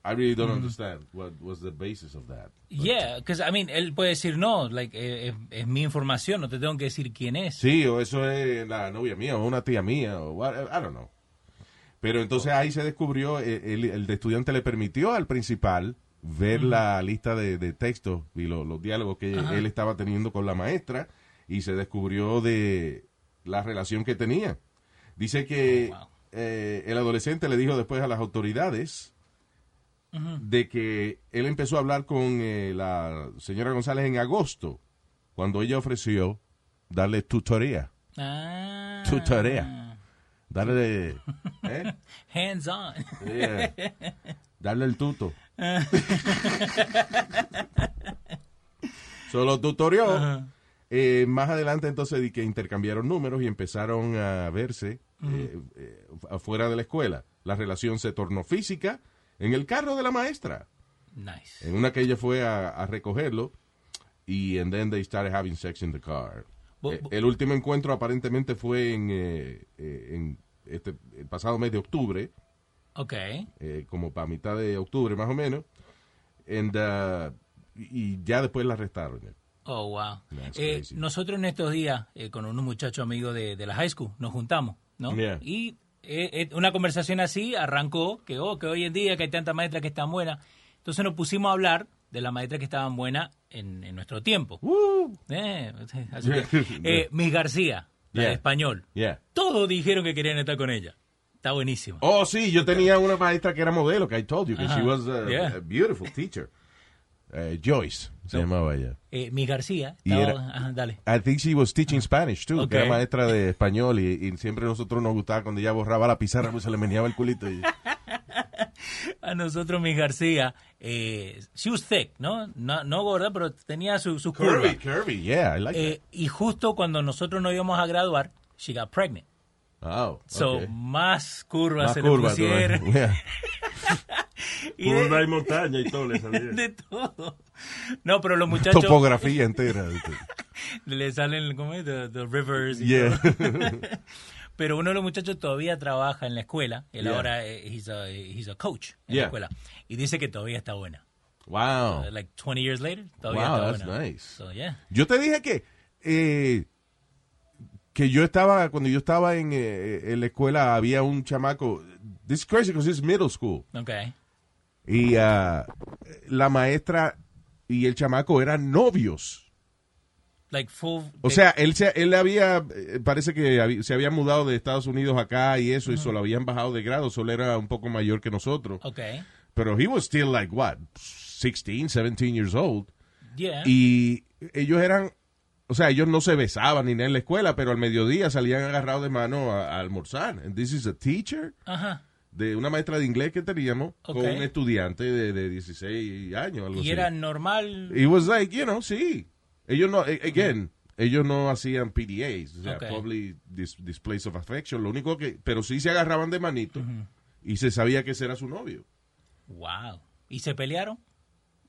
I really don't Mm. understand what was the basis of that. Yeah, because I mean, él puede decir no, like eh, es, es mi información, no te tengo que decir quién es. Sí, o eso es la novia mía, o una tía mía, o what- I don't know. Pero entonces ahí se descubrió, eh, el, el de estudiante le permitió al principal ver la lista de, de textos y lo- los diálogos que Ajá. él estaba teniendo con la maestra y se descubrió de la relación que tenía. Dice que eh, el adolescente le dijo después a las autoridades de que él empezó a hablar con eh, la señora González en agosto, cuando ella ofreció darle tutoría. Ah, Tutoría. Darle, ¿eh? Hands on. Yeah. darle el tuto. Solo tutorió. Ajá. Eh, más adelante entonces di que intercambiaron números y empezaron a verse eh, eh, afuera de la escuela. La relación se tornó física en el carro de la maestra. Nice. En una que ella fue a, a recogerlo y and then they started having sex in the car. Bu- Eh, bu- el último encuentro aparentemente fue en, eh, eh, en este, el pasado mes de octubre, Ok. eh, como para mitad de octubre más o menos, and, uh, y ya después la arrestaron. Oh, wow. That's Eh, crazy. nosotros en estos días, eh, con unos muchachos amigos de, de la high school, nos juntamos, ¿no? Yeah. Y eh, eh, una conversación así arrancó, que, oh, que hoy en día que hay tantas maestras que están buenas. Entonces nos pusimos a hablar de las maestras que estaban buenas en, en nuestro tiempo. Eh, así que, eh, Miss García, la de Yeah. español. Yeah. Todos dijeron que querían estar con ella. Está buenísima. Oh, sí, yo tenía una maestra que era modelo, que I told you, que Ajá. she was a, Yeah. a beautiful teacher. Eh, Joyce se llamaba ella. Eh, Miss García, Y estaba- era- ajá, dale. I think she was teaching Spanish too, que Ok. era maestra de español y, y siempre nosotros nos gustaba cuando ella borraba la pizarra pues se le meneaba el culito y A nosotros, Miss García, eh, she was thick, ¿no? No, no gorda, pero tenía su, su curva. curvy, curvy, yeah, I like Eh, y justo cuando nosotros nos íbamos a graduar, she got pregnant. that. Oh, So, okay. más curvas Más se curva, le pusieron. tú ves. Yeah. Y de- Curva y montaña y todo le salía. de todo. No, pero los muchachos Topografía entera. le salen, ¿cómo es? The, the rivers. y Yeah. todo. pero uno de los muchachos todavía trabaja en la escuela. Él Yeah. ahora, eh, he's a, he's a coach en Yeah. la escuela. Y dice que todavía está buena. Wow. Uh, like 20 years later, todavía Wow, está that's buena. nice. So, yeah. Yo te dije que eh, que yo estaba cuando yo estaba en, eh, en la escuela había un chamaco. This is crazy because it's middle school. Okay. Y ah, la maestra y el chamaco eran novios. Like full. O sea, él se, él había, eh, parece que habi- se había mudado de Estados Unidos acá y eso, y solo habían bajado de grado, solo era un poco mayor que nosotros. Okay. Pero he was still like, what, 16, 17 years old. Yeah. Y ellos eran, o sea, ellos no se besaban ni nada en la escuela, pero al mediodía salían agarrados de mano a, a almorzar. And this is a teacher Ajá. de una maestra de inglés que teníamos Ok. con un estudiante de, de 16 años, algo Y así. era normal. It was like, you know, sí. Ellos no, a- again, ellos no hacían PDAs, o sea, Ok. Public dis- Displays of Affection, lo único que, pero sí se agarraban de manito y se sabía que ese era su novio. Wow. ¿Y se pelearon?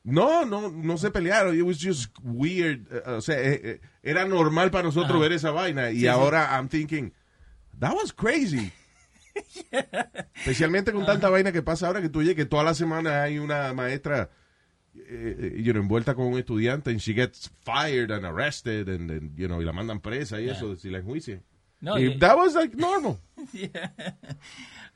No, no, no se pelearon. It was just weird. Eh, o sea, eh, eh, era normal para nosotros Ajá. ver esa vaina. Y Sí, sí. ahora I'm thinking, that was crazy. Especialmente con tanta vaina que pasa ahora que tú oyes que toda la semana hay una maestra eh, eh, you know, envuelta con un estudiante and she gets fired and arrested and, and, you know, y la mandan presa y Yeah. eso, si la enjuician. No, y y- that was like normal. Yeah.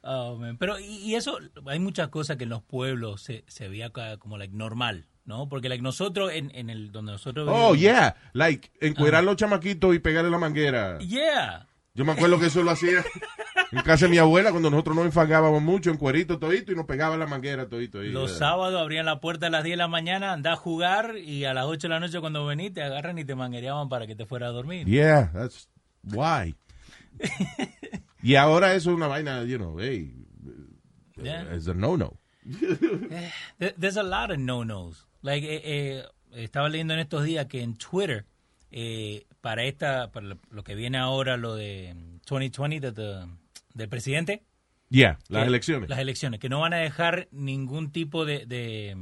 Oh, man. Pero, y, y eso, hay muchas cosas que en los pueblos se, se veía ca- como like, normal, ¿no? Porque like, nosotros, en, en el donde nosotros Oh, vivimos- yeah. Like, encuerar los chamaquitos y pegarle la manguera. Yeah. Yo me acuerdo que eso lo hacía en casa de mi abuela cuando nosotros nos enfangábamos mucho en cuerito todito y nos pegaba la manguera todito. ahí. eh. Los sábados abrían la puerta a las 10 de la mañana, andás a jugar y a las 8 de la noche cuando venís te agarran y te manguereaban para que te fuera a dormir. Yeah, that's why. y ahora eso es una vaina, you know, hey, Yeah. es a no-no. Eh, there- There's a lot of no-nos. Like, eh, eh, estaba leyendo en estos días que en Twitter, eh, para esta para lo- lo que viene ahora, lo de 2020 de- de- del presidente. Yeah, las que- elecciones. Las elecciones, que no van a dejar ningún tipo de... de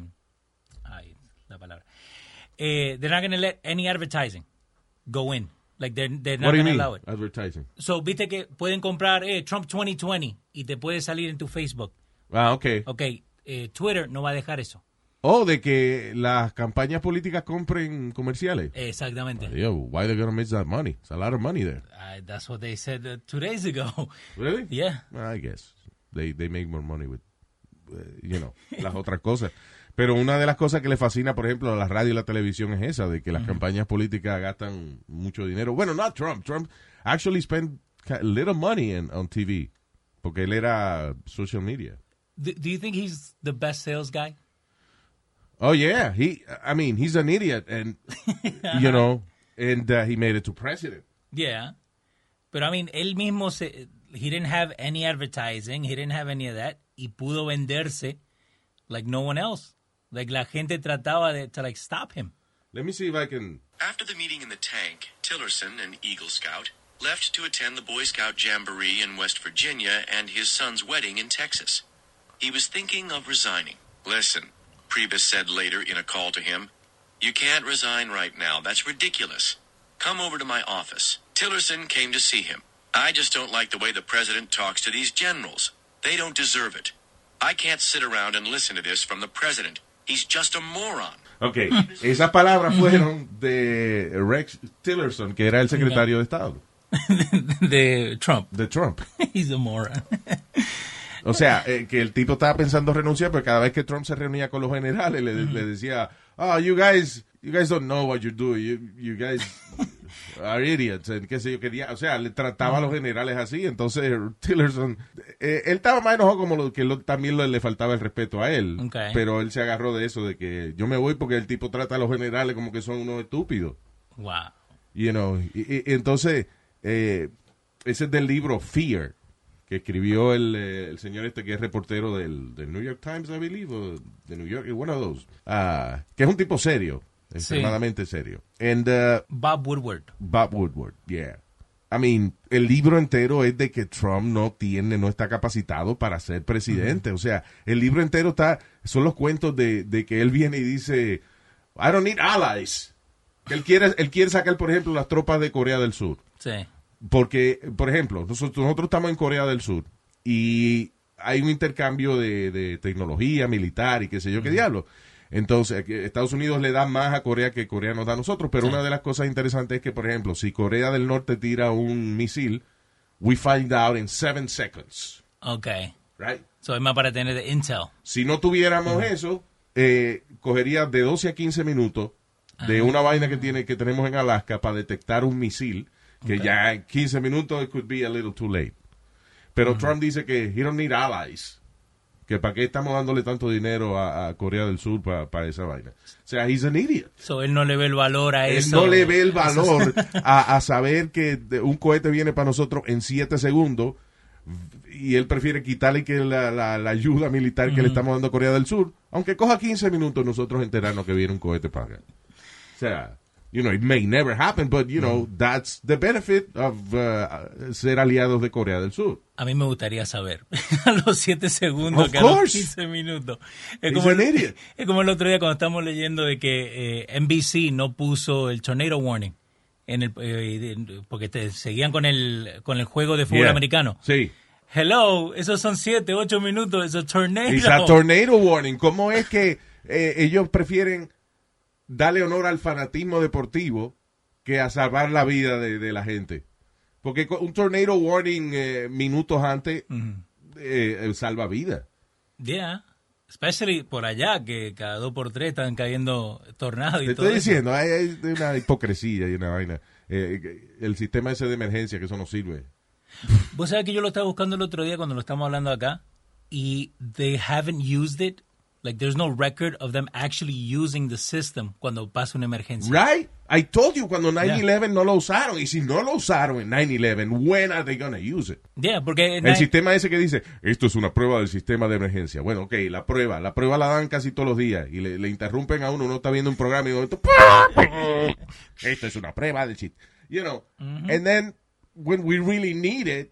ay, la palabra. Eh, they're not going to let any advertising go in. Like, they're, they're not What do you going to mean? allow it. Advertising. So, viste que pueden comprar eh, Trump 2020 y te puede salir en tu Facebook. Ah, ok. Ok, eh, Twitter no va a dejar eso. O de que las campañas políticas compren comerciales. Exactamente. Yo, why they gonna make that money? It's a lot of money there. Uh, that's what they said uh, two days ago. Really? Yeah. I guess. They, they make more money with, uh, you know, las otras cosas. Pero una de las cosas que le fascina, por ejemplo, a la radio y la televisión es esa, de que las Ujú. campañas políticas gastan mucho dinero. Bueno, not Trump. Trump actually spent ca- little money in- on TV, porque él era social media. Do, do you think he's the best sales guy? Oh, yeah. He, I mean, he's an idiot, and, you know, and uh, he made it to president. Yeah. But I mean, él mismo se, he didn't have any advertising, he didn't have any of that, y pudo venderse like no one else. Like la gente trataba de to like stop him. Let me see if I can. After the meeting in the tank, Tillerson, an Eagle Scout, left to attend the Boy Scout Jamboree in West Virginia and his son's wedding in Texas. He was thinking of resigning. Listen, Priebus said later in a call to him, You can't resign right now. That's ridiculous. Come over to my office. Tillerson came to see him. I just don't like the way the president talks to these generals. They don't deserve it. I can't sit around and listen to this from the president. He's just a moron. Ok, esas palabras fueron de Rex Tillerson, que era el secretario de Estado. de Trump. De Trump. He's a moron. O sea, eh, que el tipo estaba pensando renunciar, pero cada vez que Trump se reunía con los generales, le, le decía, oh, you guys, you guys don't know what you do, you, you guys are idiots, and qué sé yo, quería, o sea, le trataba a los generales así, entonces Tillerson, eh, él estaba más enojado como lo, que lo- también lo- le faltaba el respeto a él, Ok. pero él se agarró de eso, de que yo me voy porque el tipo trata a los generales como que son unos estúpidos. Wow. You know, y, y- y entonces, eh, ese es del libro Fear, que escribió el, eh, el señor este que es reportero del, del New York Times, I believe, o de New York, one of those. Ah, que es un tipo serio, extremadamente serio. And, uh, Bob Woodward. Bob Woodward, yeah. I mean, el libro entero es de que Trump no tiene, no está capacitado para ser presidente. O sea, el libro entero está, son los cuentos de, de que él viene y dice, I don't need allies. Que él quiere, él quiere sacar, por ejemplo, las tropas de Corea del Sur. Sí. Porque, por ejemplo, nosotros, nosotros estamos en Corea del Sur y hay un intercambio de, de tecnología militar y qué sé yo qué diablo. Entonces, que Estados Unidos le da más a Corea que Corea nos da a nosotros, pero una de las cosas interesantes es que, por ejemplo, si Corea del Norte tira un misil, we find out in seven seconds. Okay. Right. So es más para tener de intel. Si no tuviéramos eso, eh, cogería de 12 a 15 minutos de una vaina que, tiene, que tenemos en Alaska para detectar un misil, que ya en 15 minutos it could be a little too late. Pero Trump dice que he don't need allies. Que para qué estamos dándole tanto dinero a, a Corea del Sur para esa vaina. O sea, he's an idiot. So él no le ve el valor a Él eso. no le ve el Eso- valor a, a saber que de- un cohete viene para nosotros en 7 segundos y él prefiere quitarle que la, la- la ayuda militar que le estamos dando a Corea del Sur, aunque coja 15 minutos nosotros enterarnos que viene un cohete para acá. O sea, you know, it may never happen, but, you Mm. know, that's the benefit of uh, ser aliados de Corea del Sur. A mí me gustaría saber. a los 7 segundos, Of que a los course. 15 minutos. He's Es como, an idiot. es como el otro día cuando estábamos leyendo de que eh, NBC no puso el tornado warning. En el, eh, de- porque te seguían con el, con el juego de fútbol Yeah. americano. Sí. Hello, esos son 7, 8 minutos, eso es tornado. It's a tornado warning. ¿Cómo es que eh, ellos prefieren darle honor al fanatismo deportivo que a salvar la vida de, de la gente? Porque co- un tornado warning eh, minutos antes eh, eh, salva vida. Yeah. Especially por allá, que cada dos por tres están cayendo tornados y Te todo. estoy eso. diciendo, hay, hay una hipocresía y una vaina. Eh, el sistema ese de emergencia, que eso no sirve. Vos sabés que yo lo estaba buscando el otro día cuando lo estamos hablando acá y they haven't used it. Like there's no record of them actually using the system cuando pasa una emergencia. Right? I told you, cuando 9-11 no lo usaron. Y si no lo usaron en 9-11, when are they gonna use it? Yeah, porque El sistema ese que dice, esto es una prueba del sistema de emergencia. Bueno, ok, la prueba. La prueba la dan casi todos los días. Y le, le interrumpen a uno, uno está viendo un programa y de momento, esto es una prueba del sistema. You know, and then when we really need it,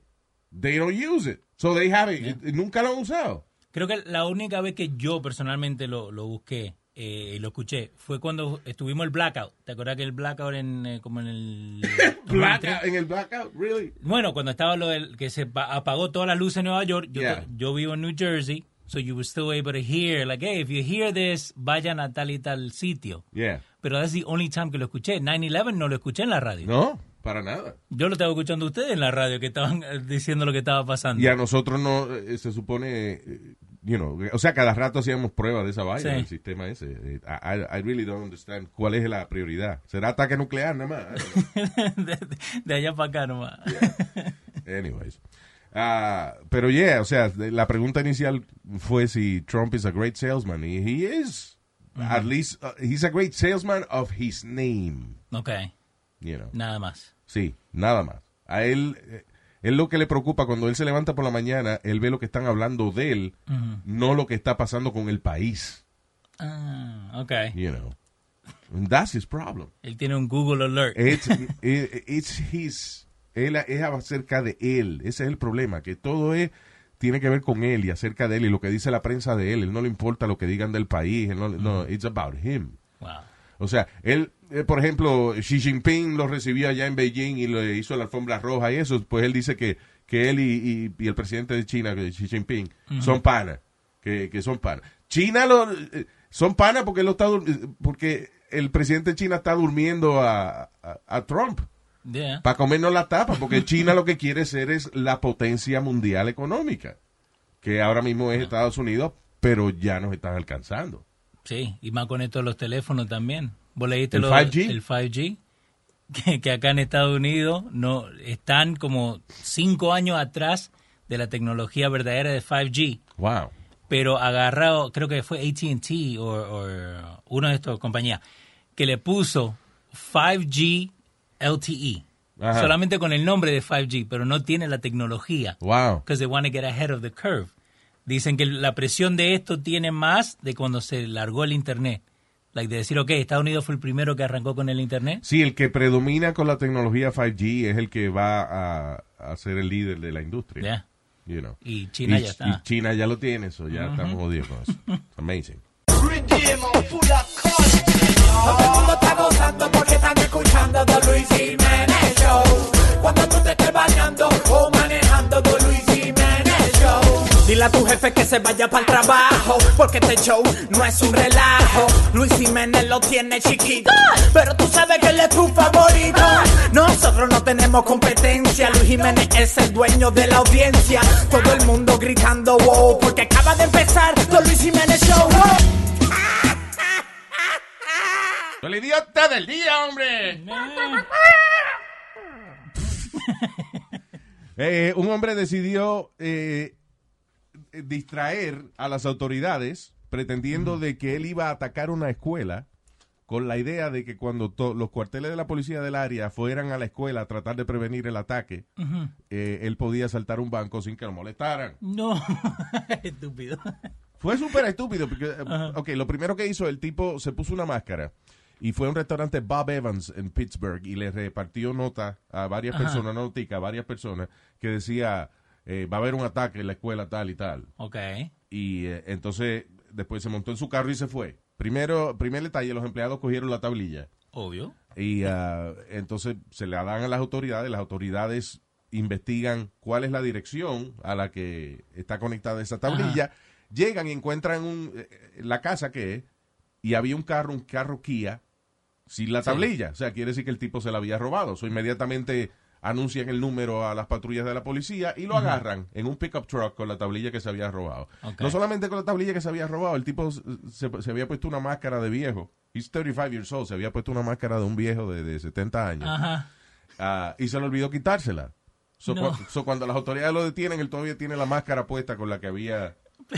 they don't use it. So they haven't, nunca lo han usado. Creo que la única vez que yo personalmente lo, lo busqué eh, y lo escuché fue cuando estuvimos el blackout. ¿Te acuerdas que el blackout en eh, como en el 2003? Blackout, en el blackout, really. Bueno, cuando estaba lo del que se pa- apagó todas las luces en Nueva York, yo, Yeah. yo vivo en New Jersey, so you were still able to hear, like, hey, if you hear this, vayan a tal y tal sitio. Yeah. Pero that's the only time que lo escuché. 9-11 no lo escuché en la radio. No, para nada. Yo lo estaba escuchando a ustedes en la radio, que estaban eh, diciendo lo que estaba pasando. Y a nosotros no, eh, se supone, eh, you know, o sea, cada rato hacíamos pruebas de esa vaina, Sí. del sistema ese. Eh, I, I- I really don't understand cuál es la prioridad. ¿Será ataque nuclear nada más? I don't De allá para acá nomás. know. Anyways. Ah, pero yeah, o sea, de- la pregunta inicial fue si Trump is a great salesman. Y he is. At least, uh, he's a great salesman of his name. Ok, You know. nada más. Sí, nada más. A él, eh, él lo que le preocupa cuando él se levanta por la mañana, él ve lo que están hablando de él, Ujú. no lo que está pasando con el país. Ah, ok. You know. And that's his problem. Él tiene un Google Alert. It's, it- it's his. Él es acerca de él. Ese es el problema, que todo es tiene que ver con él y acerca de él y lo que dice la prensa de él. Él no le importa lo que digan del país. Él no, le- no, it's about him. Wow. O sea, él, eh, por ejemplo, Xi Jinping lo recibió allá en Beijing y le hizo la alfombra roja y eso. Pues él dice que, que él y, y- y el presidente de China, que Xi Jinping, Ujú. son panas. Que, que son panas. China lo, eh, son panas porque, él lo está, dur- eh, porque el presidente de China está durmiendo a, a- a Trump. Yeah. Para comernos la tapa, porque China lo que quiere ser es la potencia mundial económica, que ahora mismo es Estados Unidos, pero ya nos están alcanzando. Sí, y más con esto de los teléfonos también. ¿Vos leíste ¿El lo- 5G? el 5G? Que, que acá en Estados Unidos no están como cinco años atrás de la tecnología verdadera de 5G. Wow. Pero agarrado, creo que fue ATT o o una uh, de estas compañías, que le puso 5G LTE. Ajá. E. Solamente con el nombre de 5G, pero no tiene la tecnología. Wow. Because they want to get ahead of the curve. Dicen que la presión de esto tiene más de cuando se largó el Internet. Like de decir, ok, Estados Unidos fue el primero que arrancó con el Internet. Sí, el que predomina con la tecnología 5G es el que va a, a ser el líder de la industria. Yeah. You know. Y China ya está. y China ya lo tiene, eso ya Ujú. estamos jodidos con eso. It's amazing. Todo el mundo está gozando porque están escuchando The Luis Jiménez Show. Cuando tú te estés bañando o manejando The Luis Jiménez Show. Dile a tu jefe que se vaya para el trabajo porque este show no es un relajo. Luis Jiménez lo tiene chiquito, pero tú sabes que él es tu favorito. Nosotros no tenemos competencia, Luis Jiménez es el dueño de la audiencia. Todo el mundo gritando wow porque acaba de empezar The Luis Jiménez Show. wow. El idiota del día, hombre. Eh, un hombre decidió eh, distraer a las autoridades pretendiendo de que él iba a atacar una escuela con la idea de que cuando to- los cuarteles de la policía del área fueran a la escuela a tratar de prevenir el ataque, Ujú. eh, él podía asaltar un banco sin que lo molestaran. No, estúpido. Fue súper estúpido. Porque, eh, ok, lo primero que hizo el tipo se puso una máscara Y fue a un restaurante Bob Evans en Pittsburgh y le repartió nota a varias Ajá. personas, notica a varias personas, que decía, eh, va a haber un ataque en la escuela tal y tal. Ok. Y eh, entonces después se montó en su carro y se fue. Primero, primer detalle, los empleados cogieron la tablilla. Obvio. Y ah, entonces se la dan a las autoridades, las autoridades investigan cuál es la dirección a la que está conectada esa tablilla, llegan y encuentran un, eh, eh, la casa que es, y había un carro, un carro Kia, sin la Sí. tablilla. O sea, quiere decir que el tipo se la había robado. So, inmediatamente anuncian el número a las patrullas de la policía y lo Ujú. agarran en un pickup truck con la tablilla que se había robado. Ok. No solamente con la tablilla que se había robado, el tipo se, se- se había puesto una máscara de viejo. He's 35 years old, se había puesto una máscara de un viejo de, de 70 años. Ajá. Ah, y se le olvidó quitársela. So, No. cu- so, cuando las autoridades lo detienen, él todavía tiene la máscara puesta con la que había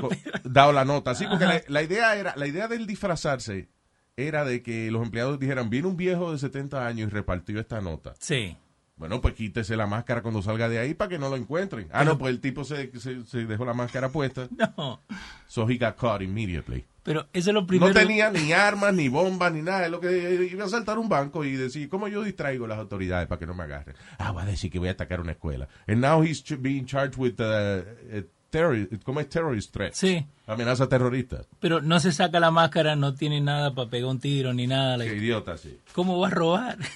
co- dado la nota. Así porque la, Ajá. la idea era, la idea del disfrazarse era de que los empleados dijeran, vino un viejo de 70 años y repartió esta nota. Sí. Bueno, pues quítese la máscara cuando salga de ahí para que no lo encuentren. Ah, no, pues el tipo se, se- se dejó la máscara puesta. No. So he got caught immediately. Pero eso es lo primero. No tenía ni armas, ni bombas, ni nada. Es lo que iba a saltar un banco y decir, ¿cómo yo distraigo a las autoridades para que no me agarren? Ah, voy a decir que voy a atacar una escuela. And now he's ch- being charged with uh, eh, terror- ¿cómo es? terrorist threat. Sí. Amenaza terrorista. Pero no se saca la máscara, no tiene nada para pegar un tiro ni nada. Qué like, idiota, sí. ¿Cómo va a robar?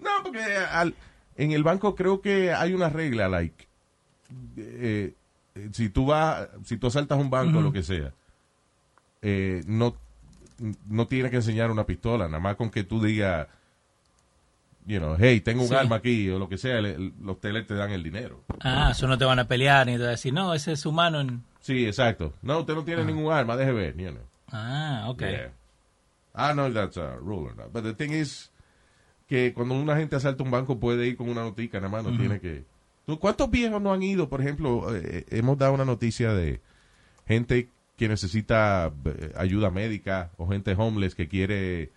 No, porque al- en el banco creo que hay una regla, like, eh, eh, si tú vas, si tú asaltas un banco, Ujú. lo que sea, eh, no, no tienes que enseñar una pistola, nada más con que tú digas, you know, hey, tengo un Sí. arma aquí, o lo que sea, le- los teles te dan el dinero. Ah, eso no te van a pelear ni te van a decir, no, ese es humano. en- Sí, exacto. No, usted no tiene ningún arma, deje ver, you know. Ah, ok. Yeah. I know that's a rule or not. But the thing is que cuando una gente asalta un banco puede ir con una notica nada más, no Ujú. tiene que... ¿Tú- ¿Cuántos viejos no han ido? Por ejemplo, eh, hemos dado una noticia de gente que necesita eh, ayuda médica o gente homeless que quiere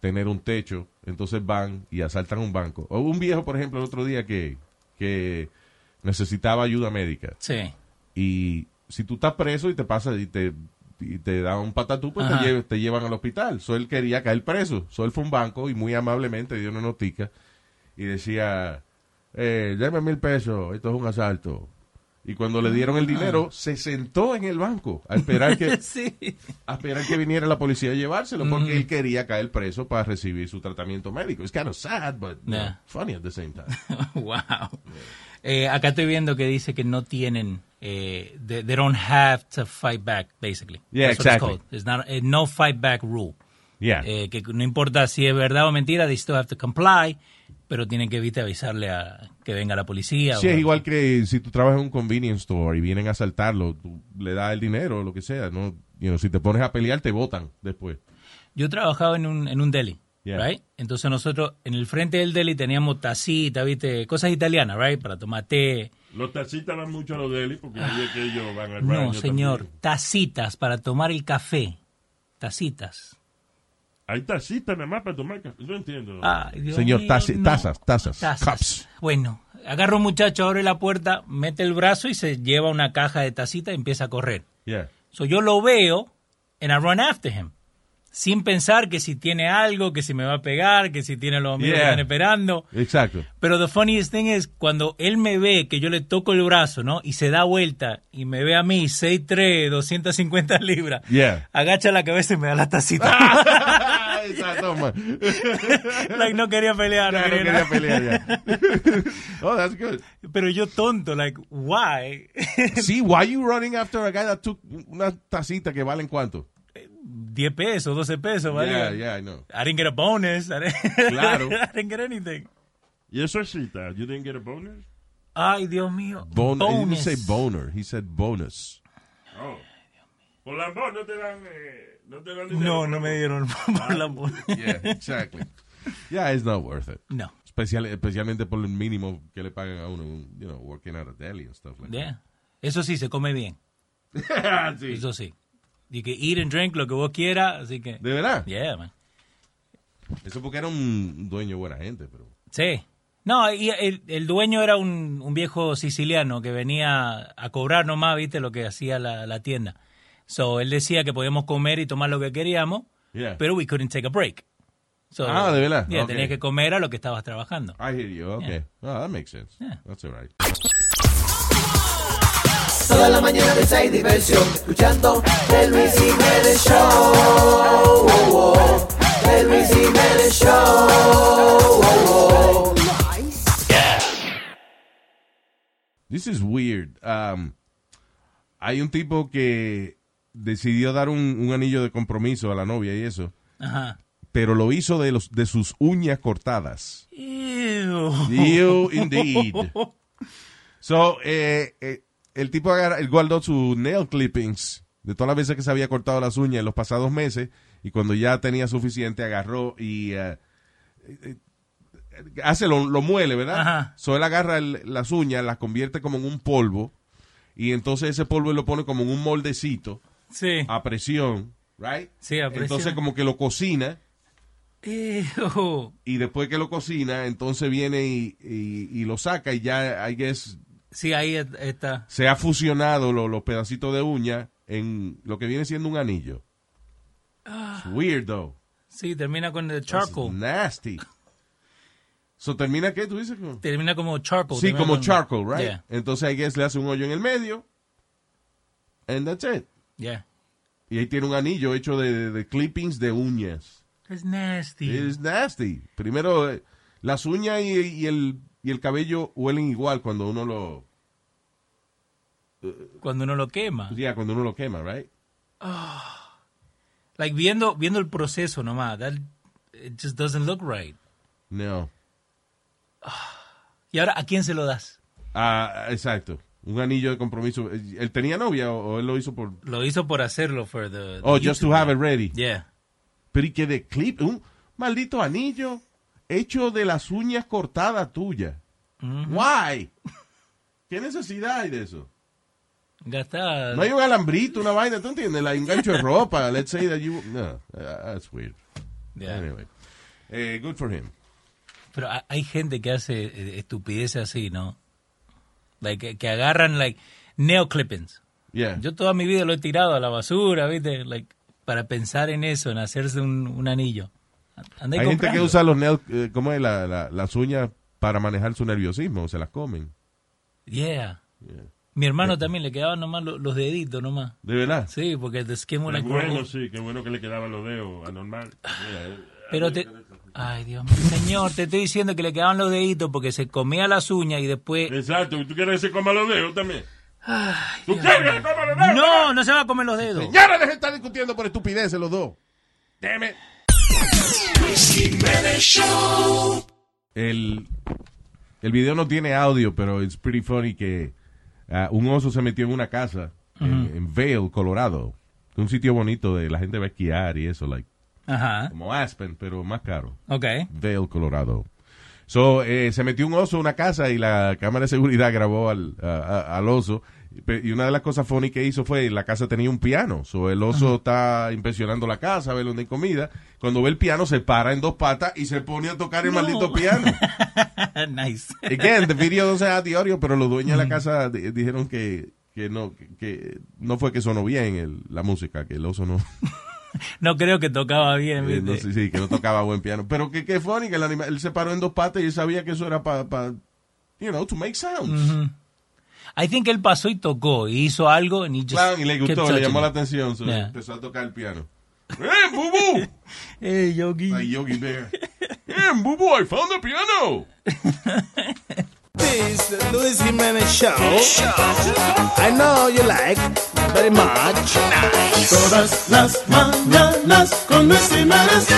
tener un techo, entonces van y asaltan un banco. O un viejo, por ejemplo, el otro día que, que necesitaba ayuda médica. Sí. Y si tú estás preso y te pasa y te, y te da un patatú, pues te, Ajá. lle- te llevan al hospital. So él quería caer preso. So él fue a un banco y muy amablemente dio una notica y decía, eh, deme mil pesos, esto es un asalto. Y cuando le dieron el Ah. dinero, se sentó en el banco a esperar que, a esperar que viniera la policía a llevárselo Mm. porque él quería caer preso para recibir su tratamiento médico. It's kind of sad, but you know, Yeah. funny at the same time. wow. Eh, acá estoy viendo que dice que no tienen, eh, they, they don't have to fight back, basically. Yeah, That's what it's exactly. called. It's not, eh, no fight back rule. Yeah. Eh, que no importa si es verdad o mentira, they still have to comply, pero tienen que evitar avisarle a que venga la policía. Sí, o- es igual que si tú trabajas en un convenience store y vienen a asaltarlo, tú le das el dinero o lo que sea. No, You know, si te pones a pelear, te votan después. Yo trabajaba en un, en un deli, Yeah. right? Entonces nosotros en el frente del deli teníamos tacitas, ¿viste? Cosas italianas, right? Para tomar té. Los taxistas van mucho a los deli porque ahí es que ellos van al baño. No, señor, también. tacitas para tomar el café. Tacitas. Hay taxistas nada más para tomar café. No entiendo. Ay, Dios Señor, mío, tazi- no. tazas, tazas, Tazas. cups. Bueno, agarra un muchacho, abre la puerta, mete el brazo y se lleva una caja de tacitas y empieza a correr. Yeah. So yo lo veo and I run after him. Sin pensar que si tiene algo, que si me va a pegar, que si tiene los amigos que Yeah. están esperando. Exacto. Pero the funniest thing es cuando él me ve que yo le toco el brazo, ¿no? Y se da vuelta y me ve a mí, 6'3, 250 libras. Yeah. Agacha la cabeza y me da la tacita. Exacto, man. like, no quería pelear. Ya, no quería nada. pelear ya. Oh, that's good. Pero yo tonto, like, why? Sí, why you running after a guy that took una tacita que valen cuánto? 10 pesos, 12 pesos, ¿vale? Yeah, yeah, I know. I didn't get a bonus. I didn't, Claro. I didn't get anything. Y eso es cita. You didn't get a bonus? Ay, Dios mío. Bon He didn't Bonus. say boner, he said bonus. Oh. Por la voz no te dan, eh, no te dan dinero. No, no me dieron por la bonus. Yeah, exactly. Yeah, it's not worth it. No. Especial, especialmente por el mínimo que le pagan a uno, you know, working at a deli and stuff like Ah, Yeah. Eso sí, se come bien. Sí. Eso sí. Y que eat and drink lo que vos quieras, así que... that. ¿De verdad? Yeah, man. Eso porque era un dueño buena gente, pero... Sí. No, y el, el dueño era un, un viejo siciliano que venía a cobrar nomás, viste, lo que hacía la, la tienda. So, él decía que podíamos comer y tomar lo que queríamos, Yeah. pero we couldn't take a break. So, Ah, de verdad. yeah, Ok. Ah. Tenías que comer a lo que estabas trabajando. I hear you. Okay. Yeah. Oh, that makes sense. That's all right. Toda la mañana de 6 diversión, escuchando el Luis Jiménez Show. Oh, oh. El Luis Jiménez Show. Oh, oh. This is weird. Um, hay un tipo que decidió dar un, un anillo de compromiso a la novia y eso, Ajá. pero lo hizo de, los, de sus uñas cortadas. Ew. You indeed. So, eh, eh, el tipo agarra- él guardó sus nail clippings de todas las veces que se había cortado las uñas en los pasados meses y cuando ya tenía suficiente agarró y eh, eh, hace lo, lo muele, ¿verdad? Ajá. So él agarra el- las uñas, las convierte como en un polvo y entonces ese polvo él lo pone como en un moldecito Sí. a presión, right? Sí, a presión. Entonces como que lo cocina Ew. y después que lo cocina, entonces viene y, y- y lo saca y ya I guess Sí, ahí et- está. se ha fusionado lo- los pedacitos de uña en lo que viene siendo un anillo. It's weird though. Sí, termina con el That's Ah. charcoal. nasty. So termina qué tú dices? Como- Termina como charcoal. Sí, termina como con- charcoal, right? Yeah, Entonces I guess le hace un hoyo en el medio. And that's it. yeah. Y ahí tiene un anillo hecho de, de- de clippings de uñas. It's nasty. It's nasty. Primero, eh, las uñas y, y el, y el cabello huelen igual cuando uno lo... Cuando uno lo quema. Yeah, pues cuando uno lo quema, right? Ah. Like viendo, viendo el proceso nomás. That, it just doesn't look right. No. Y ahora, ¿a quién se lo das? Ah, exacto. Un anillo de compromiso. Eh, ¿Él tenía novia o, o él lo hizo por... Lo hizo por hacerlo for the, the Oh, just to YouTube. have it ready. Yeah. Pero y que de clip, un maldito anillo hecho de las uñas cortadas tuyas. Mm-hmm. Why? ¿Qué necesidad hay de eso? Gastar. No hay un alambrito, una vaina, ¿tú entiendes? La engancho de ropa. Let's say that you... No, uh, that's weird. Anyway. Eh, good for him. Pero ha- hay gente que hace eh, estupideces así, ¿no? Like, que- que agarran, like, nail clippings. Yeah. Yo toda mi vida lo he tirado a la basura, ¿viste? Like, para pensar en eso, en hacerse un, un anillo. Andá y Hay gente que comprando. usa los nail, eh, ¿cómo es? La- la- las uñas para manejar su nerviosismo, se las comen. Yeah. Yeah. Mi hermano también le quedaban nomás lo- los, deditos, nomás. ¿De verdad? Sí, porque the skin would Qué like bueno, grow. sí, qué bueno que le quedaban los dedos anormal. Mira, eh, Pero te... Ay, Dios mío. Señor, te estoy diciendo que le quedaban los deditos porque se comía las uñas y después... Exacto, ¿tú quieres que se coma los dedos también? Ay, ¿Tú Dios quieres mío. que se coma los dedos? No, no se va a comer los dedos. Señora, dejen de estar discutiendo por estupideces los dos. Damn it. El, el video no tiene audio, pero it's pretty funny que ah, un oso se metió en una casa en, en Vail, Colorado. Un sitio bonito de la gente va a esquiar y eso, like, Ajá. como Aspen, pero más caro. Ok. Vail, Colorado. So, eh, se metió un oso en una casa y la cámara de seguridad grabó al, a- a- al oso. Pe- Y una de las cosas funny que hizo fue, la casa tenía un piano. So, el oso está inspeccionando la casa, ve donde hay comida. Cuando ve el piano, se para en dos patas y se pone a tocar el maldito piano. nice. Again, the video no se da diario, pero los dueños de la casa di- dijeron que, que no que, que no fue que sonó bien el- la música, que el oso no, No creo que tocaba bien, eh, no ¿viste? sé, sí, que no tocaba buen piano. Pero que, que funny que el animal, él se paró en dos patas y él sabía que eso era para, you know, to make sounds. Ujú. I think él pasó y tocó y hizo algo and he just Claro, y le kept gustó, le touching llamó la it. atención, so Yeah. empezó a tocar el piano. ¡Eh, Bubu! ¡Eh, Yogi! Like Yogi Bear. ¡Eh, Bubu, I found the piano! This Luis Jimenez show. I know you like very much. Todas las mañanas con Luis Jiménez.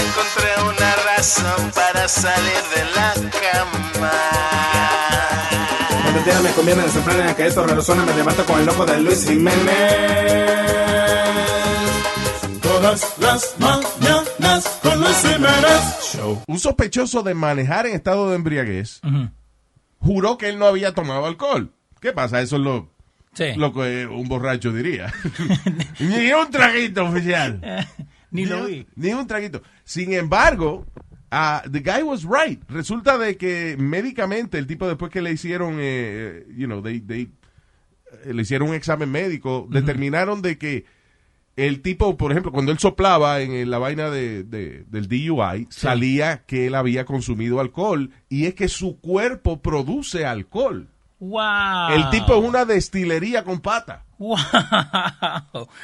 Encontré una razón para salir de la cama. Cuando tienes me conviene, me sorprende que esto resuena. Me levanto con el loco de Luis Jiménez. Todas las mañanas con Luis Jiménez. Un sospechoso de manejar en estado de embriaguez juró que él no había tomado alcohol. ¿Qué pasa? Eso es lo, lo que un borracho diría. Ni un traguito, oficial. Ni lo un- vi. Ni un traguito. Sin embargo, ah, the guy was right. eh, Resulta de que médicamente el tipo después que le hicieron, eh, you know, they, they le hicieron un examen médico, determinaron de que el tipo, por ejemplo, cuando él soplaba en la vaina de, de- del DUI, salía que él había consumido alcohol y es que su cuerpo produce alcohol. Wow. El tipo es una destilería con pata. Wow.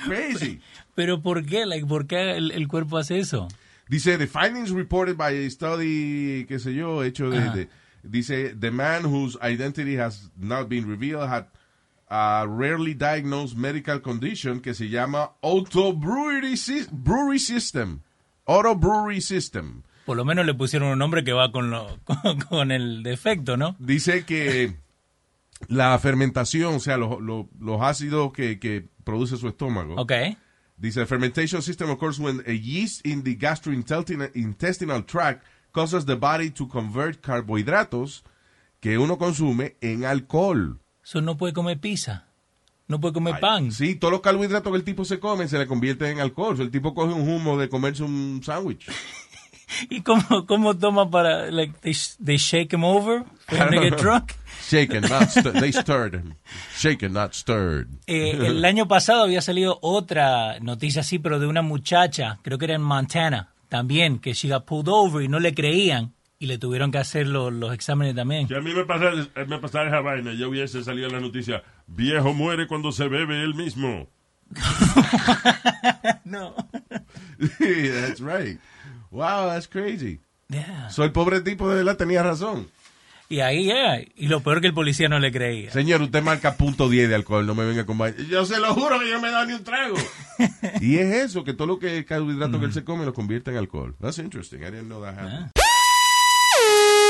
Crazy. Pero ¿por qué? Like, ¿Por qué el, el cuerpo hace eso? Dice, the findings reported by a study, qué sé yo, hecho de, Ajá. de- Dice, the man whose identity has not been revealed had a rarely diagnosed medical condition que se llama auto brewery, system. Auto brewery system. Por lo menos le pusieron un nombre que va con, lo, con, con el defecto, ¿no? Dice que la fermentación, o sea, los- los- los ácidos que, que produce su estómago. Ok. Dice, fermentation system occurs when a yeast in the gastrointestinal tract causes the body to convert carbohidratos que uno consume en alcohol. Eso no puede comer pizza. No puede comer pan. Sí, todos los carbohidratos que el tipo se come se le convierten en alcohol. O sea, el tipo coge un humo de comerse un sándwich. ¿Y cómo, cómo toma para, like, they, sh- they shake him over when they get drunk? Shaken, not stirred. They stirred him. Shaken, not stirred. Eh, el año pasado había salido otra noticia así, pero de una muchacha, creo que era en Montana, también, que she got pulled over y no le creían y le tuvieron que hacer lo- los exámenes también. Si a mí me pasara, me pasara esa vaina, yo hubiese salido en la noticia, viejo muere cuando se bebe él mismo. no. Yeah, that's right. Wow, that's crazy. Yeah. So, el pobre tipo de verdad tenía razón. Y ahí, yeah, y lo peor que el policía no le creía. Señor, usted marca punto 10 de alcohol, no me venga con vaina. Yo se lo juro que yo no me he dado ni un trago. Y es eso, que todo lo que el carbohidrato que él se come lo convierte en alcohol. That's interesting. I didn't know that happened.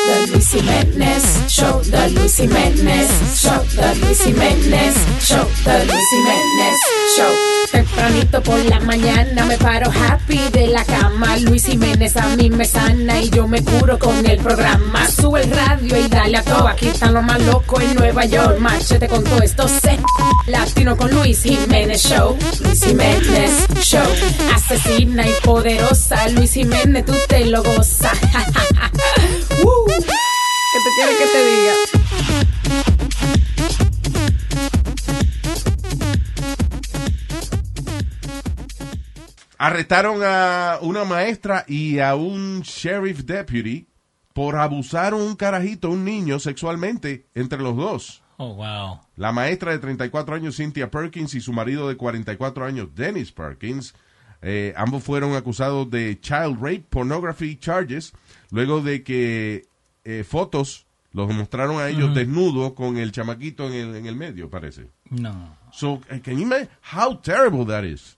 The Luis Jiménez Show, The Luis Jiménez Show, The Luis Jiménez Show, The Luis Jiménez Show. Tempranito por la mañana me paro happy de la cama. Luis Jiménez a mí me sana y yo me curo con el programa. Sube el radio y dale a todo. Aquí están los más locos en Nueva York. Machete con todo esto. Se latino con Luis Jiménez Show. Luis Jiménez Show. Asesina y poderosa. Luis Jiménez, tú te lo gozas. Uh, ¿Qué te quieres que te diga? Arrestaron a una maestra y a un sheriff deputy por abusar a un carajito, un niño, sexualmente entre los dos. Oh, wow. La maestra de 34 años, Cynthia Perkins, y su marido de 44 años, Dennis Perkins, eh, ambos fueron acusados de child rape, pornography charges, luego de que eh, fotos los mostraron a ellos Ujú. desnudos con el chamaquito en el, en el medio, parece. No. So, eh, can you imagine how terrible that is?